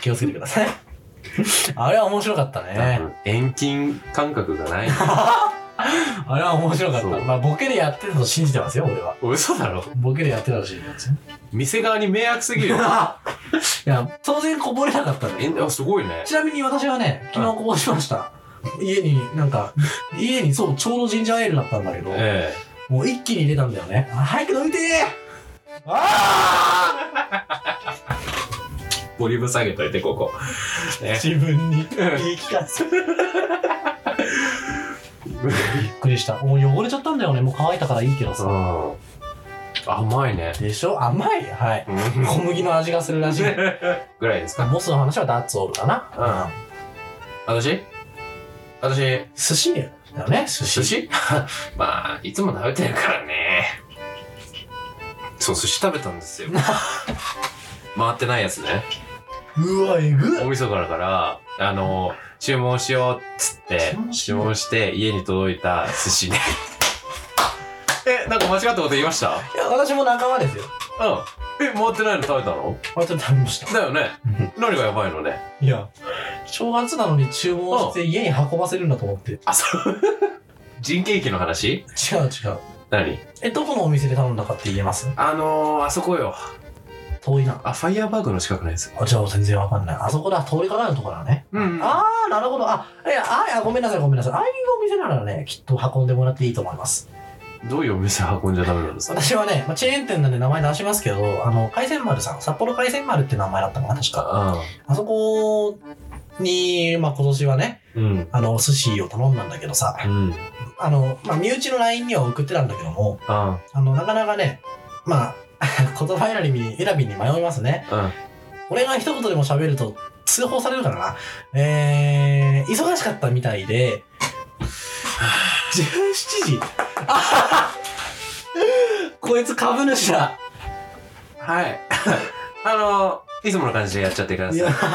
気をつけてください。 あれは面白かった
多
ね。
分遠近感覚が ない。
あれは面白かった。
そう
まあ、ボケでやってると信じてますよ、俺は。
嘘だろ。
ボケでやってた ら信じてますよ。
店側に迷惑すぎるよ。
いや、当然こぼれなかったん
え
で。
あ、すごいね。
ちなみに私はね、昨日こぼしました。家に、なんか、家にそう、ちょうどジンジャーエールだったんだけど、
え
もう一気に入れたんだよね。あ早く飲みてーあ
え。ボリューム下げといて、ここ。
あ
ね
自分に言い聞かせる。びっくりした。もう汚れちゃったんだよね。もう乾いたからいいけど
う
さ。
ん。甘いね。
でしょ甘いはい。
うん
小麦の味がするら しい。
ぐらいですか。
モスの話はダッツオールかな。
うん。私私、
寿司だよね、寿司。
寿司 まあいつも食べてるからねそう寿司食べたんですよ 回ってないやつね
うわ、えぐっ
大晦日だからあの注文しようっつって
注文し
注
よう
文して家に届いた寿司ね えなんか間違ったこと言いました
いや、私も仲間ですよ。
うんえ回ってないの食べたの
あ、ちょっと食べました。
だよね何がやばいのね
いや、正月なのに注文して家に運ばせるんだと思って。違う
あそう 人件費の話
違う。
何
え、どこのお店で頼んだかって言えます
あのー、あそこよ
遠いな。
あファイヤーバーグの近くのやつ
あ、じゃあ全然わかんない。あそこだ、通りかかるところだね。
うんあ
あー、なるほど。あ、いや、あいや、ごめんなさい、ごめんなさい。ああいうお店ならね、きっと運んでもらっていいと思います。
どういうお店運んじゃダメなんですか
私はね、まあ、チェーン店なんで名前出しますけど、あの、海鮮丸さん、札幌海鮮丸って名前だったかな、確か。
あ
あそこに、まあ、今年はね、
うん。
あの、お寿司を頼んだんだけどさ
う、ん。
あの、まあ、身内の LINE には送ってたんだけども、
あ
あの、なかなかね、まあ、 言葉選びに、選びに迷いますね。
うん
俺が一言でも喋ると通報されるからな。えー、忙しかったみたいで、17時。 あははこいつ株主だ。
はい。 あのいつもの感じでやっちゃってくだ
いや
さ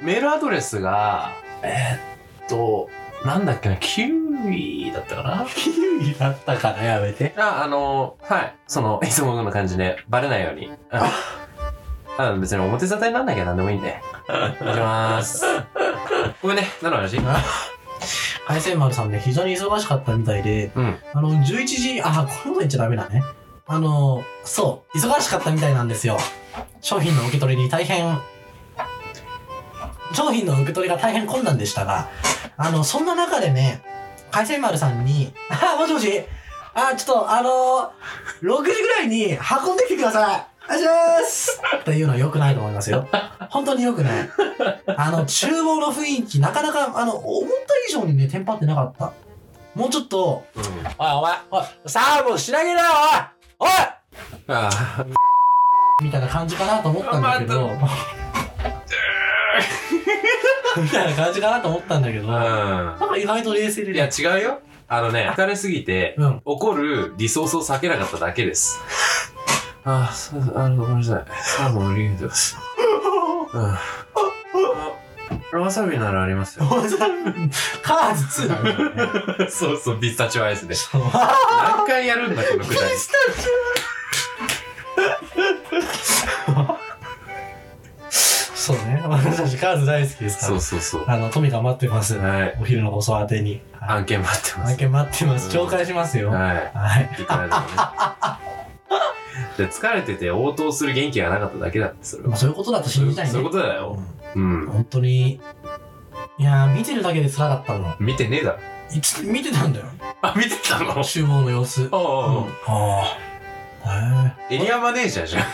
い。メールアドレスが、えーっと、なんだっけな、キウイだったかな
キウイだったからやめて。
あ、あのはい。その、 いつもの感じで、バレないように。うんあの別に表沙汰にならなきゃ何でもいいんで。
行きます。
ごめんね。何の話
海鮮丸さんね、非常に忙しかったみたいで、
うん
あの、11時、あ、こういうの言っちゃダメだね。あの、そう、忙しかったみたいなんですよ。商品の受け取りに大変、商品の受け取りが大変困難でしたが、あの、そんな中でね、海鮮丸さんに、あ、もしもし、あ、ちょっと、あの6時ぐらいに運んできてください。お願いしますっていうのは良くないと思いますよ。本当に良くない。あの、厨房の雰囲気、なかなか、あの、思った以上にね、テンパってなかった。もうちょっと、おい、お前、おい、サーブを品げなよ、おいお
あ
いみたいな感じかなと思ったんだ けど、 みたいな感じかなと思ったんだけど、なん
あ。
か意外と冷静で
うん。い
ね
や、違うよ。あのね、疲れすぎて、
うん。
怒るリソースを避けなかっただけです。ああ、そう、あの、ごめんなさい。サーモンありがとうございます。うん。あわさびならありますよ。
カーズ2なんだよね。
そうそう、ピスタチオアイスで。何回やるんだ、このくだり。ピス
そうね。私たちカーズ大好きですか
そ
ら
う。そうそう。
あの、トミカ待ってます。
はい。
お昼のご相当に。はい
案件待ってま
案
す。
件待ってます。
うん
紹介しますよ。
はい。
はい。
いくらでもね。で疲れてて応答する元気がなかっただけだって、それ
まあ、
は。
そういうことだと信じたいね。
そういうことだよ。うん。
本当に。いやー、見てるだけで辛かったの。
見てねえだろ。
いつ見てたんだよ。
あ、見てたの
厨房の様子。
おうおうおう
ああ。へえ。
エリアマネージャーじゃん。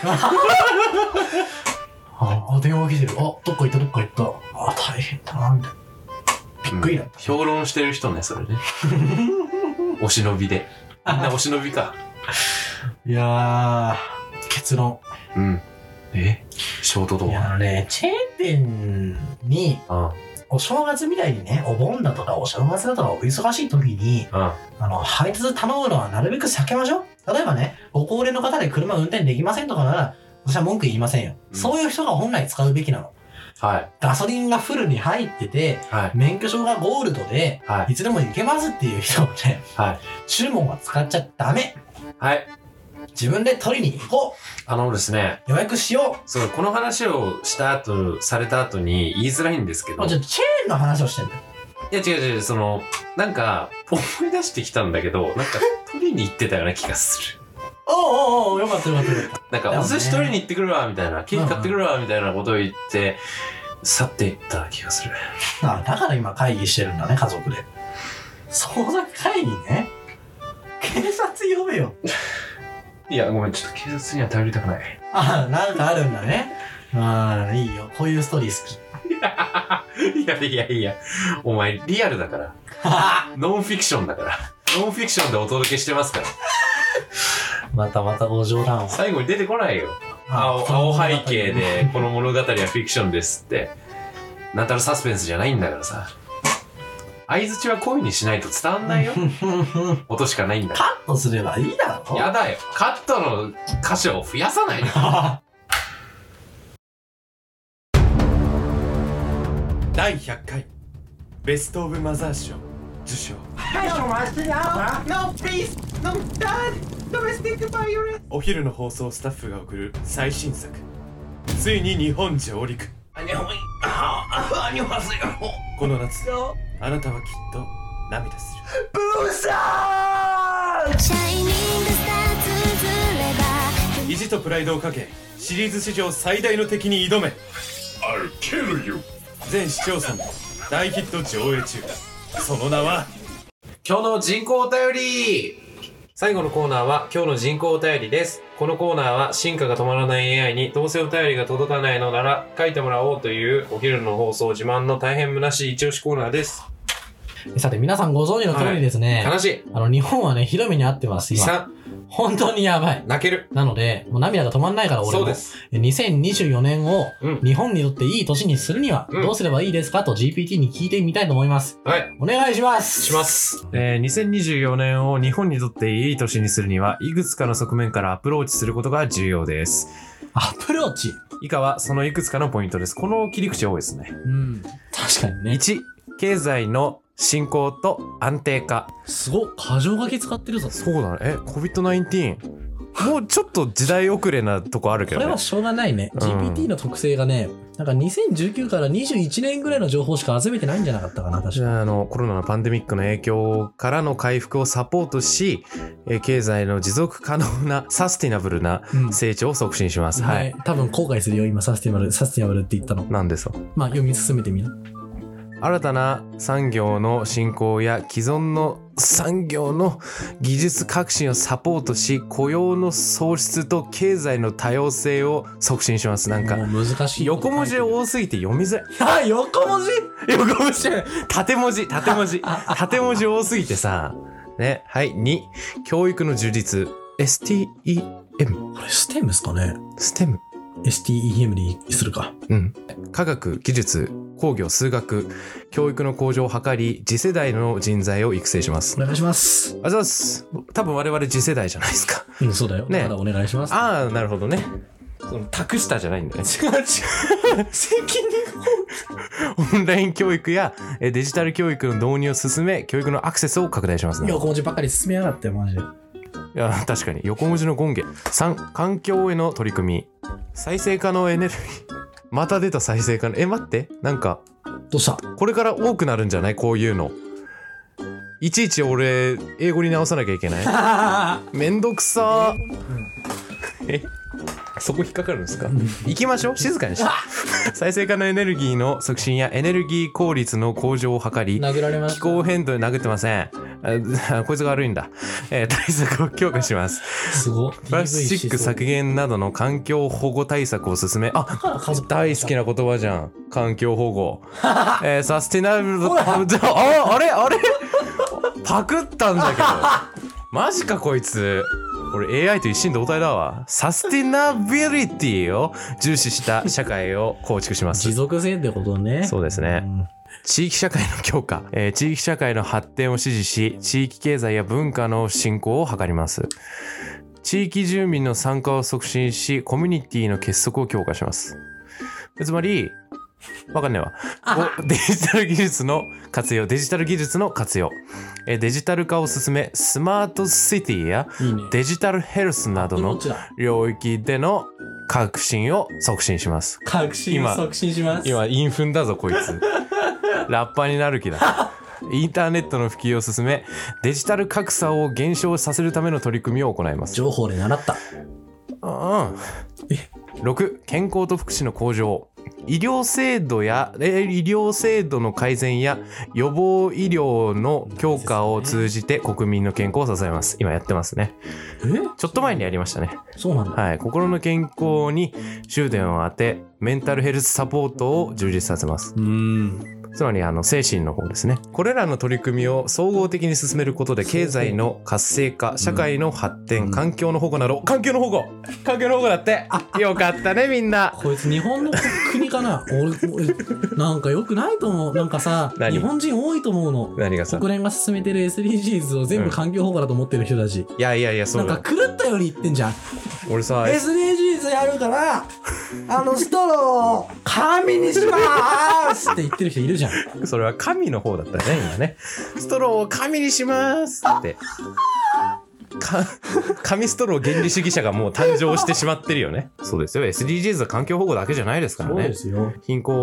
ああ、電話来てる。あ、どっか行ったどっか行った。あ、大変だな、みたいな。びっくりだった。
評論してる人ね、それ ね。お忍びで。みんなお忍びか。
いやー、結論。
うん。えショート動
いや、
画。
あのね、チェーン店に、
うん。
お正月みたいにね、お盆だとかお正月だとかお忙しい時に、
うん。
あの、配達頼むのはなるべく避けましょう。例えばね、ご高齢の方で車運転できませんとかなら、私は文句言いませんよ。
うん
そういう人が本来使うべきなの。
はい。
ガソリンがフルに入ってて、
はい。
免許証がゴールドで、、
はい
つでも行けますっていう人をね、
はい
注文は使っちゃダメ。
はい。
自分で取りに行こ
あのですね、
う。予約しよ
そう、この話をした後、された後に言いづらいんですけ
う。
ど
もう、ちょっとチェーンの話をしてんだよ。
いや違う違う、その、なんか、思い出してきたんだけど、なんか、取りに行ってたような気がする。
おうおうおうよかったよかったよかっ
なん
だ
か、
よ
お
ね
寿司取りに行ってくるわ、みたいな、ケーキ買ってくるわ、みたいなことを言って、去っていった気がする。
た。あだから今会議してるんだね、家族で。捜索会議ね。警察呼べよ。
いや、ごめん、ちょっと警察には頼りたくない。
ああ、なんかあるんだね。ああ、いいよ。こういうストーリー好 き。
いやいやいや、お前、リアルだから。ノンフィクションだから。ノンフィクションでお届けしてますから。
またまたご冗談を。
最後に出てこないよ。青青背景で、この物語はフィクションですって。なんたらサスペンスじゃないんだからさ。相づちは恋にしないと伝わん ないよ。音しかないんだか
カットすればいいだろ
ら。やだよ。カットの箇所を増やさないで
第100回ベスト・オブ・マザー賞受賞お昼の放送スタッフが送る最新作ついに日本上陸この夏あなたはきっと涙する
Shining the stars つづれば
意地とプライドをかけシリーズ史上最大の敵に挑め全視聴者の大ヒット上映中その名は
今日の人工お便り最後のコーナーは今日の人工お便りです。このコーナーは進化が止まらない AI にどうせお便りが届かないのなら書いてもらおうというお昼の放送自慢の大変虚しい一押しコーナーです。
さて、皆さんご存知の通りですね。
悲しい。
あの、日本はね、広めに合ってます、
悲
今。
惨。
本当にやばい。
泣ける。
なので、もう涙が止まんないから、俺も。
そうです。
2024年を
うん、
日本にとっていい年にするには、
うん
どうすればいいですかと GPT に聞いてみたいと思います。
はい。
お願いします
します。えー2024年を日本にとっていい年にするには、いくつかの側面からアプローチすることが重要です。
アプローチ。
以下はそのいくつかのポイントです。この切り口多いですね。
うん。確かにね。
1、経済の振興と安定化。
すごっ。過剰書き使ってるぞ。
そうだね。え、COVID-19。もうちょっと時代遅れなとこあるけ
こ
ど
れ
ね
はしょうがないね。
うん
GPT の特性がね、なんか2019から21年ぐらいの情報しか集めてないんじゃなかったかな、確
じ
か。
ゃああのコロナのパンデミックの影響からの回復をサポートし、えー経済の持続可能なサスティナブルな
うん
成長を促進します。は。
はいい。多分後悔するよ、今、サスティナブル、サスティナブルって言ったの。
なんですよ
まあ、読み進めてみな。
新たな産業の振興や既存の産業の技術革新をサポートし雇用の創出と経済の多様性を促進しますなんか
もう難しい。
横文字。多すぎて読みづらい
あ、横文字
横文字じゃない縦文字縦文字 縦文字多すぎてさねはい2教育の充実 STEM
これ、ステムですかね
ステム
?STEM にするか。
うん、科学技術工業数学教育の向上を図り次世代の人材を育成します
お願いします。
あざっす。多分我々次世代じゃないですか。
うん、そうだよ。
ね
まだお願いします。
ああ、なるほどね。その託したじゃないんだね。違う違う。責任。オンライン教育やえデジタル教育の導入を進め、教育のアクセスを拡大しますね。
横文字ばっかり進めやがって、マジで。
いや確かに横文字の権限。3、環境への取り組み。再生可能エネルギー。 また出た再生可能。え、待って。なんか、
どうした
これから多くなるんじゃないこういうの。いちいち俺、英語に直さなきゃいけない。めんどくさえそこ引っかかるんですか行きましょう静かにして再生可能エネルギーの促進やエネルギー効率の向上を図り
殴られまし
気
た。
候変動に殴ってませんあこいつが悪いんだ、えー対策を強化します
すごい。
プラスチック削減などの環境保護対策を進めあ大好きな言葉じゃん環境保護、えーサスティナブルああれあれパクったんだけどマジかこいつ俺 AI と一心同体だわサスティナビリティを重視した社会を構築しま
持
す
続性ってことね。
そうですね
ん
地域社会の強化、 えー地域社会の発展を支持し地域経済や文化の振興を図ります地域住民の参加を促進しコミュニティの結束を強化しますつまりわかんねえわおデジタル技術の活用デジタル技術の活用、えーデジタル化を進めスマートシティや
いいね。
デジタルヘルスなど
ど
の
っちだ
領域での革新を促進します
確信
今
促進します。
今インフンだぞこいつラッパーになる気だインターネットの普及を進めデジタル格差を減少させるための取り組みを行います
情報で習った。
うん6健康と福祉の向上医療制度やえ医療制度の改善や予防医療の強化を通じて国民の健康を支えます今やってますね
え
ちょっと前にやりましたね
そうなんだ。
はい心の健康に終電を当てメンタルヘルスサポートを充実させます
うん。
つまりあの精神の方ですね。これらの取り組みを総合的に進めることで経済の活性化、社会の発展、環境の保護など、環境の保護環境の保護だってよかったねみんな
こいつ日本の国 かな俺、俺なんか良くないと思う。なんかさ、
何
日本人多いと思うの。
何がさ、
国連が進めてる SDGs を全部環境保護だと思ってる人たち。
いやいやいや、そ
なん
う
か
だ。
狂ったように言ってんじゃん。
俺さ、
SDGs やるから、あのストローを紙にしまーすって言ってる人いるじゃん。
それは神の方だったね、今ね。ストローを神にしますって。か紙ストロー原理主義者がもう誕生してしまってるよね。そうですよ。SDGs は環境保護だけじゃないですからね。
すよ。
貧困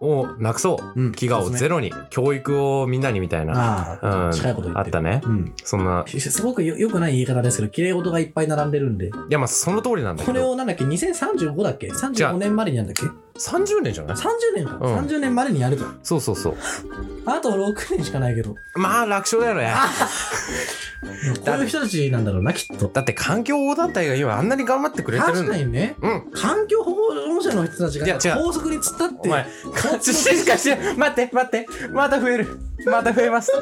をなくそう、
うん
飢餓をゼロに、教育をみんなにみたいな、
あ
うん、
あ、近いこと言
あっ
っ
てた
る。
ね。
うん。
そんな、
すごくよ良くない言い方ですけど、綺麗事がいっぱい並んでるんで。
いやまあその通りなんだ
こ
け
れ
ど、
をなんだっけ ?2035 だっけ
じゃあ
?35 年までにやるんだっけ
30年じゃない
?30 年か、
うん
30年までにやると。
そうそうそう。
あと6年しかないけど。こ
まあ楽勝だよね。
ういう人たちなんだろうな、きっと。
だって環境保護団体が今あんなに頑張ってくれてる
確
んだ
か
よ。
にね、
うん。
環境保護者の人たち
いや
が
違う
高速に突っ立っ
お
て、
前、 勝ちしかしてない待って待ってまた増えるまた増えます。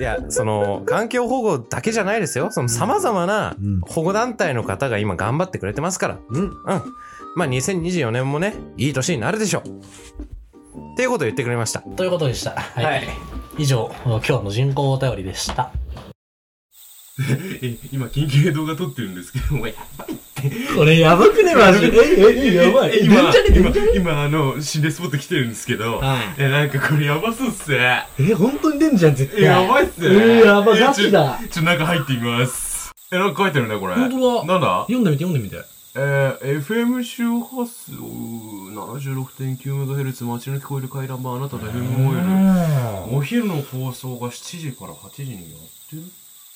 いや、その、環境保護だけじゃないですよ。その様々な
うん
保護団体の方が今頑張ってくれてますから。
うん、
うん。まあ2024年もね、いい年になるでしょう。っていうことを言ってくれました。
ということでした。はい。以上、今日の人工お便りでした。
え今緊急で動画撮ってるんですけ どお前
これやばくね、マジで。 え、え、やばい。
今
じゃね
今今あの心霊スポット来てるんですけど
はい
やなんかこれやばそうっすね
え、本当に出んじゃん、絶
え
対。
やばいっすね
えーやば
えちょ
ガチだ
ちょ中入ってみます
え、なんか書いてるね、これ。
本当だ
なんだ
読んでみて、読んでみて。
えー、FM 周波数、76.9MHz、街の聞こえる回覧板、あなたの FM モイル。お昼の放送が7時から8時にやってる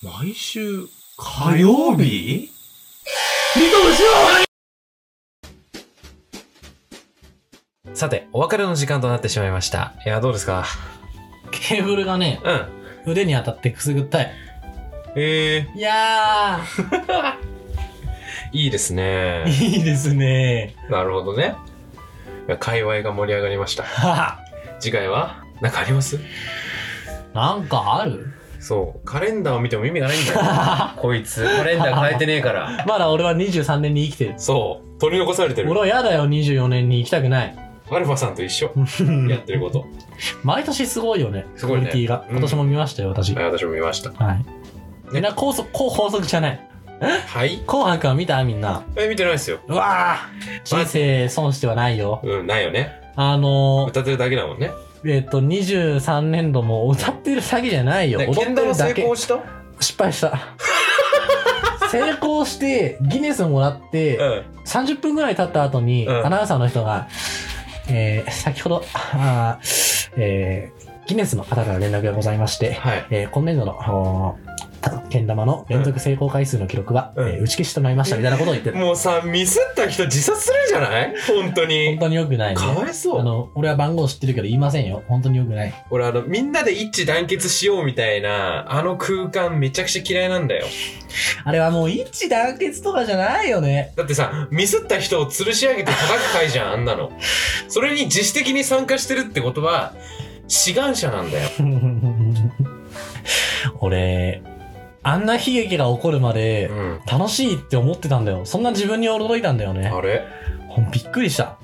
毎週、
火曜日
さて、お別れの時間となってしまいました。いや、どうですか
ケーブルがね、
うん。
腕に当たってくすぐったい。
え
いや
ー、いいですね
ー、。 いいですね。
なるほどね。いや界隈が盛り上がりました。
は
次回はなんかあります
はなんかある
そう。カレンダーを見ても意味がないんだよ。こいつ、カレンダー変えてねえから。
まだ俺は23年に生きてる。
そう。取り残されてる
俺。はやだよ、24年に行きたくない。
アルファさんと一 緒。やってること。
毎年すごいよね、
すごいね
クオリティが。
うん
今年も見ましたよ、私。
はい、私も見ました。
はい。
ね
みんな高速、高法則じゃない。
はい
紅白は見たみんな。
え、見てないですよ。
うわぁ人生損してはないよ。
うん、ないよね。
あの
歌ってるだけだもんね。
ー、えっ、と、23年度も歌ってる詐欺じゃないよ。
ね
踊って
剣道
る
成
だけ
功。した
失敗 した。成功して、ギネスもらって、
うん。
30分ぐらい経った後に、
うん
アナウンサーの人が、えー、先ほど、あーえー、ギネスの方から連絡がございまして、
はい。
えー今年度の、おーたけん玉の連続成功回数の記録は、
うん
えー打ち消しとなりましたみたいなことを言ってる。
もうさ、ミスった人自殺するんじゃない本当
本
に。
当に良くないね。
かわいそ
あ
う。
の、俺は番号知ってるけど言いませんよ。本当に良くない。
俺あの、みんなで一致団結しようみたいな、あの空間めちゃくちゃ嫌いなんだよ。
あれはもう一致団結とかじゃないよね。
だってさ、ミスった人を吊るし上げて叩く会じゃん、あんなの。それに自主的に参加してるってことは、志願者なんだよ。
俺、あんな悲劇が起こるまで
う、ん。
楽しいって思ってたんだよ。そんな自分に驚いたんだよね。
あれ
ほんびっくりした。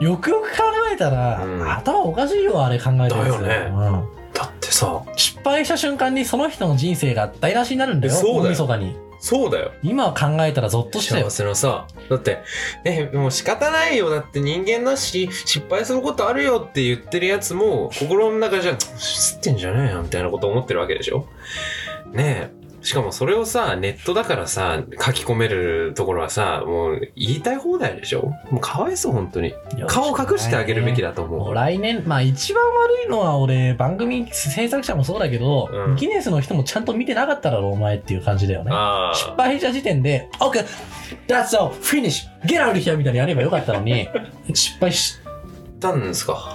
よくよく考えたら、
うん
頭おかしいよ、あれ考えてるやつ
だよ
うん
だってさ、
失敗した瞬間にその人の人生が台無しになるんだよ。
えそうだよ
大晦日に。
そうだよ。
今考えたらゾッとしたよ
幸。せなさだってねもう仕方ないよだって人間だし失敗することあるよって言ってるやつも心の中じゃ知ってんじゃねえよみたいなこと思ってるわけでしょねえしかもそれをさネットだからさ書き込めるところはさもう言いたい放題でしょもうかわいそう本当に顔隠してあげるべきだと
も
思
う
う
来年、まあ一番悪いのは俺、番組制作者もそうだけど、
うん
ギネスの人もちゃんと見てなかっただろ、お前っていう感じだよね。
あ
失
あ
敗した時点で、OK! That's all! Finish! Get out of here! みたいなのやればよかったのに、失敗し、
ったんですか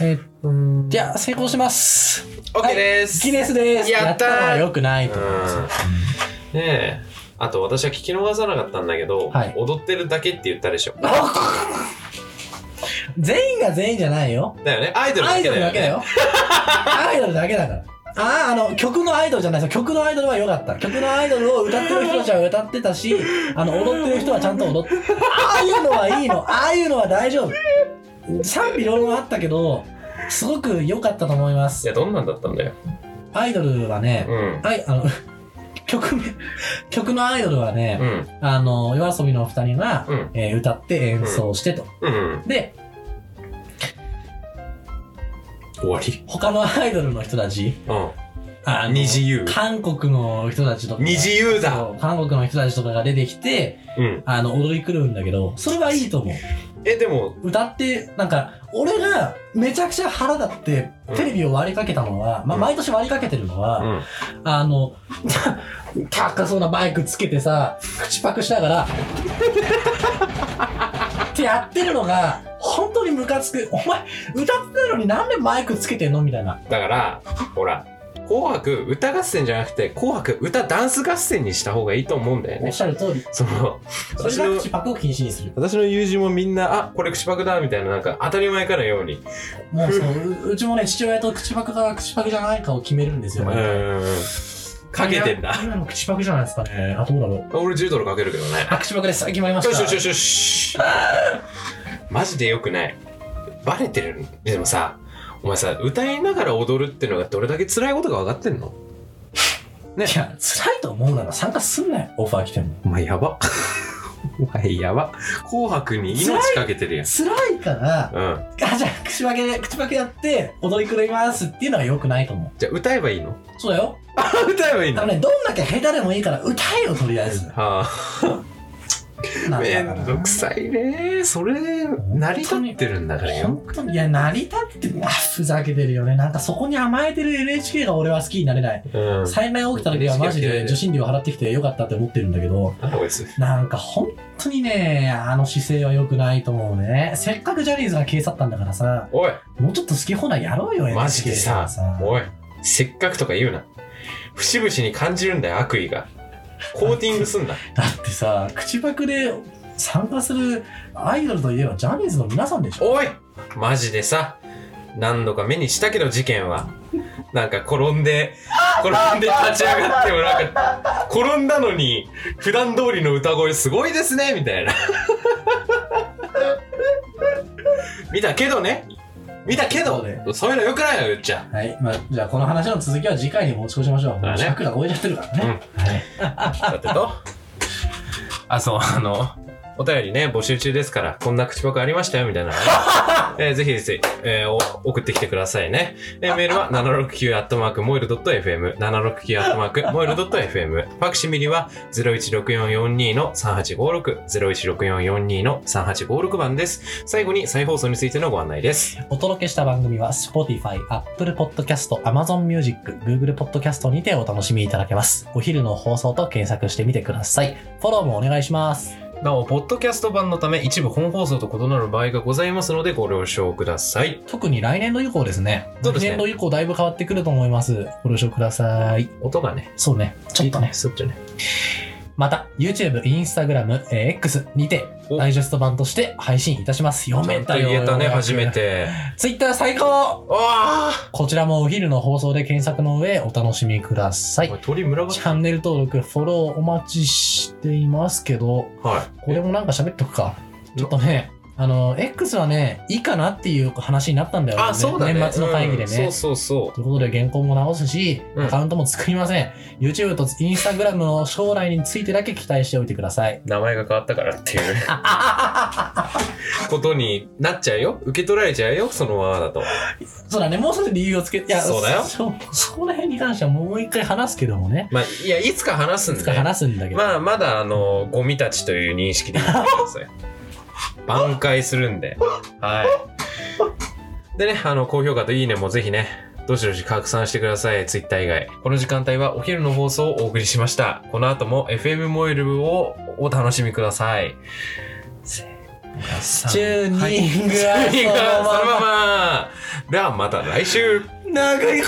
えーじゃあ成功します。
OK です、
ギネスです
やったー
のは良くないと思います。
うんねえあと私は聞き逃さなかったんだけど、
はい
踊ってるだけって言ったでしょ
全員が全員じゃないよ。
だよねアイドルだ
アイ
け
ド
だよ,、
ルだけだ よ。アイドルだけだから。ああ、あの、曲のアイドルじゃないです曲のアイドルは良かった。曲のアイドルを歌ってる人たちは歌ってたし、あの、踊ってる人はちゃんと踊って、ああいうのはいいの。ああいうのは大丈夫。賛否両論あったけど、すごく良かったと思いま
い
す。
やどんなんだったんだよ
アイドルはね
う、ん
はい、あの、曲名、曲のアイドルは
う
ね、
ん
あの、夜遊びのお二人が、
うん
えー歌って演奏してと。
うん
で、
終わり
他のアイドルの人たち、
う
あの
二次優
韓国の人たちとか。
ん二次優だ
そう韓国の人たちとかが出てきて、
うん
あの、踊り狂うんだけど、それはいいと思う。
えでも
歌って、なんか、俺がめちゃくちゃ腹立って、
うん
テレビを割りかけたのは、まあ、
うん
毎年割りかけてるのは、
うん
あの、高そうなバイクつけてさ、口パクしながら、ってやってるのが、本当にムカつく。お前、歌ってたのになんでマイクつけてんのみたいな。
だからほら「紅白歌合戦」じゃなくて「紅白歌ダンス合戦」にした方がいいと思うんだよ
おっ
ね
しゃる通り。
その
それ
私
が
の
口パクを禁止にする。
私の友人もみんな「あこれ口パクだ」みたいななんか当たり前かのように
もうそうう、うちもね、父親と口パクか口パクじゃないかを決めるんですよ。
う
毎回
んかけてんだ
今の口パクじゃないですかね。あ、どうだろう。
俺10ドルかけるけどね
あ、口パクです。決まり
よ
まし。
したよしよしよしマジでよくないバレてるでもさお前さ歌いながら踊るってのがどれだけ辛いことが分かってんの
いや、辛いと思うなら参加すんなよ。オファー来ても。
お前やば お前やば。紅白に命かけてるやん。
辛いから、
うん。
あ、じゃあ、口ばけで、口ばけやって、踊り狂いますっていうのは良くないと思
じゃあ歌えばいいの
う。そうだよ。
歌えばいい
あ
の
のね、どんだけ下手でもいいから、歌えよ、とりあえず。
は
な
あ、
ん
め
だから
んどくさいね。それで成り立ってるんだからよ。
本当に、いや、成り立ってる、あふざけてるよね。なんかそこに甘えてる NHK が俺は好きになれない。
うん。
災害起きた時はマジ
NHK 嫌い
で
で
受信料払ってきてよかったって思ってるんだけど、
なんだこいつ。
なんか本当にね、あの姿勢は良くないと思うね。せっかくジャニーズが消え去ったんだからさ、
おい、
もうちょっと好き放題やろうよ、
マジで
NHK
さ
がさ、
おい、せっかくとか言うな。節々に感じるんだよ、悪意が。コーティングすんな。
だってさ、口パクで参加するアイドルといえばジャニーズの皆さんでしょ。
おいマジでさ、何度か目にしたけど、事件は。なんか転んで、転んで立ち上がってもなんか、転んだのに、普段通りの歌声すごいですねみたいな。見たけどね見たけど
そうね
そういうのよくないよ、言っちゃ。
はい、まあ、じゃあこの話の続きは次回に持ち越しましょう。
だね
尺が超えちゃってるからね。はい
だってと。あ、そう、あの、お便りね、募集中ですから、こんな口パクありましたよ、みたい なのね、えーぜひぜひ、えーお送ってきてくださいね。えーメールは 769-moil.fm、769-moil.fm。ファクシミリは016442-3856、016442-3856番です。最後に再放送についてのご案内です。
お届けした番組は Spotify、Apple Podcast、Amazon Music、Google Podcast にてお楽しみいただけます。お昼の放送と検索してみてください。フォローもお願いします。
なお、ポッドキャスト版のため、一部本放送と異なる場合がございますので、ご了承ください。
特に来年度以降ですね。
そうですね
来年度以降だいぶ変わってくると思います。ご了承ください。
音がね、
そうね。ちょっとね。
すっとね。
また、YouTube、Instagram、えー X にて、
お
ダイジェスト版として配信いたします。読
ちゃ
め
んと
たよ。
言えたね、
ようやく
初め。て。
Twitter 最高
ああ
こちらもお昼の放送で検索の上、お楽しみください。
鳥村が
チャンネル登録、フォローお待ちしていますけど、
はい。
これもなんか喋っとくか。ちょっとね、あの、X はね、いいかなっていう話になったんだよ、
あ、そうだね。
年末の会議で
うん
ね。
そうそうそ
ということで原稿も直すし、
うん
アカウントも作りません。YouTube と Instagram の将来についてだけ期待しておいてください。
う。名前が変わったからっていうことになっちゃうよ。受け取られちゃうよ、そのままだと。
そうだね、もう少し理由をつけ、いや、
そうだよ
そその辺に関してはもう一回話すけどもね。
まあ、いや、いつか話すん
い
で。
つか話すんだけど。
まあ、まだ、あの、ゴミたちという認識でいてくださ い。挽回するんで。はい。でね、あの、高評価といいねもぜひね、どしどし拡散してください、ツイッター以外。この時間帯はお昼の放送をお送りしました。この後も FM モイルをお楽しみください。
チューニングは
その
その
ま
まま
ま。では、また来週。長い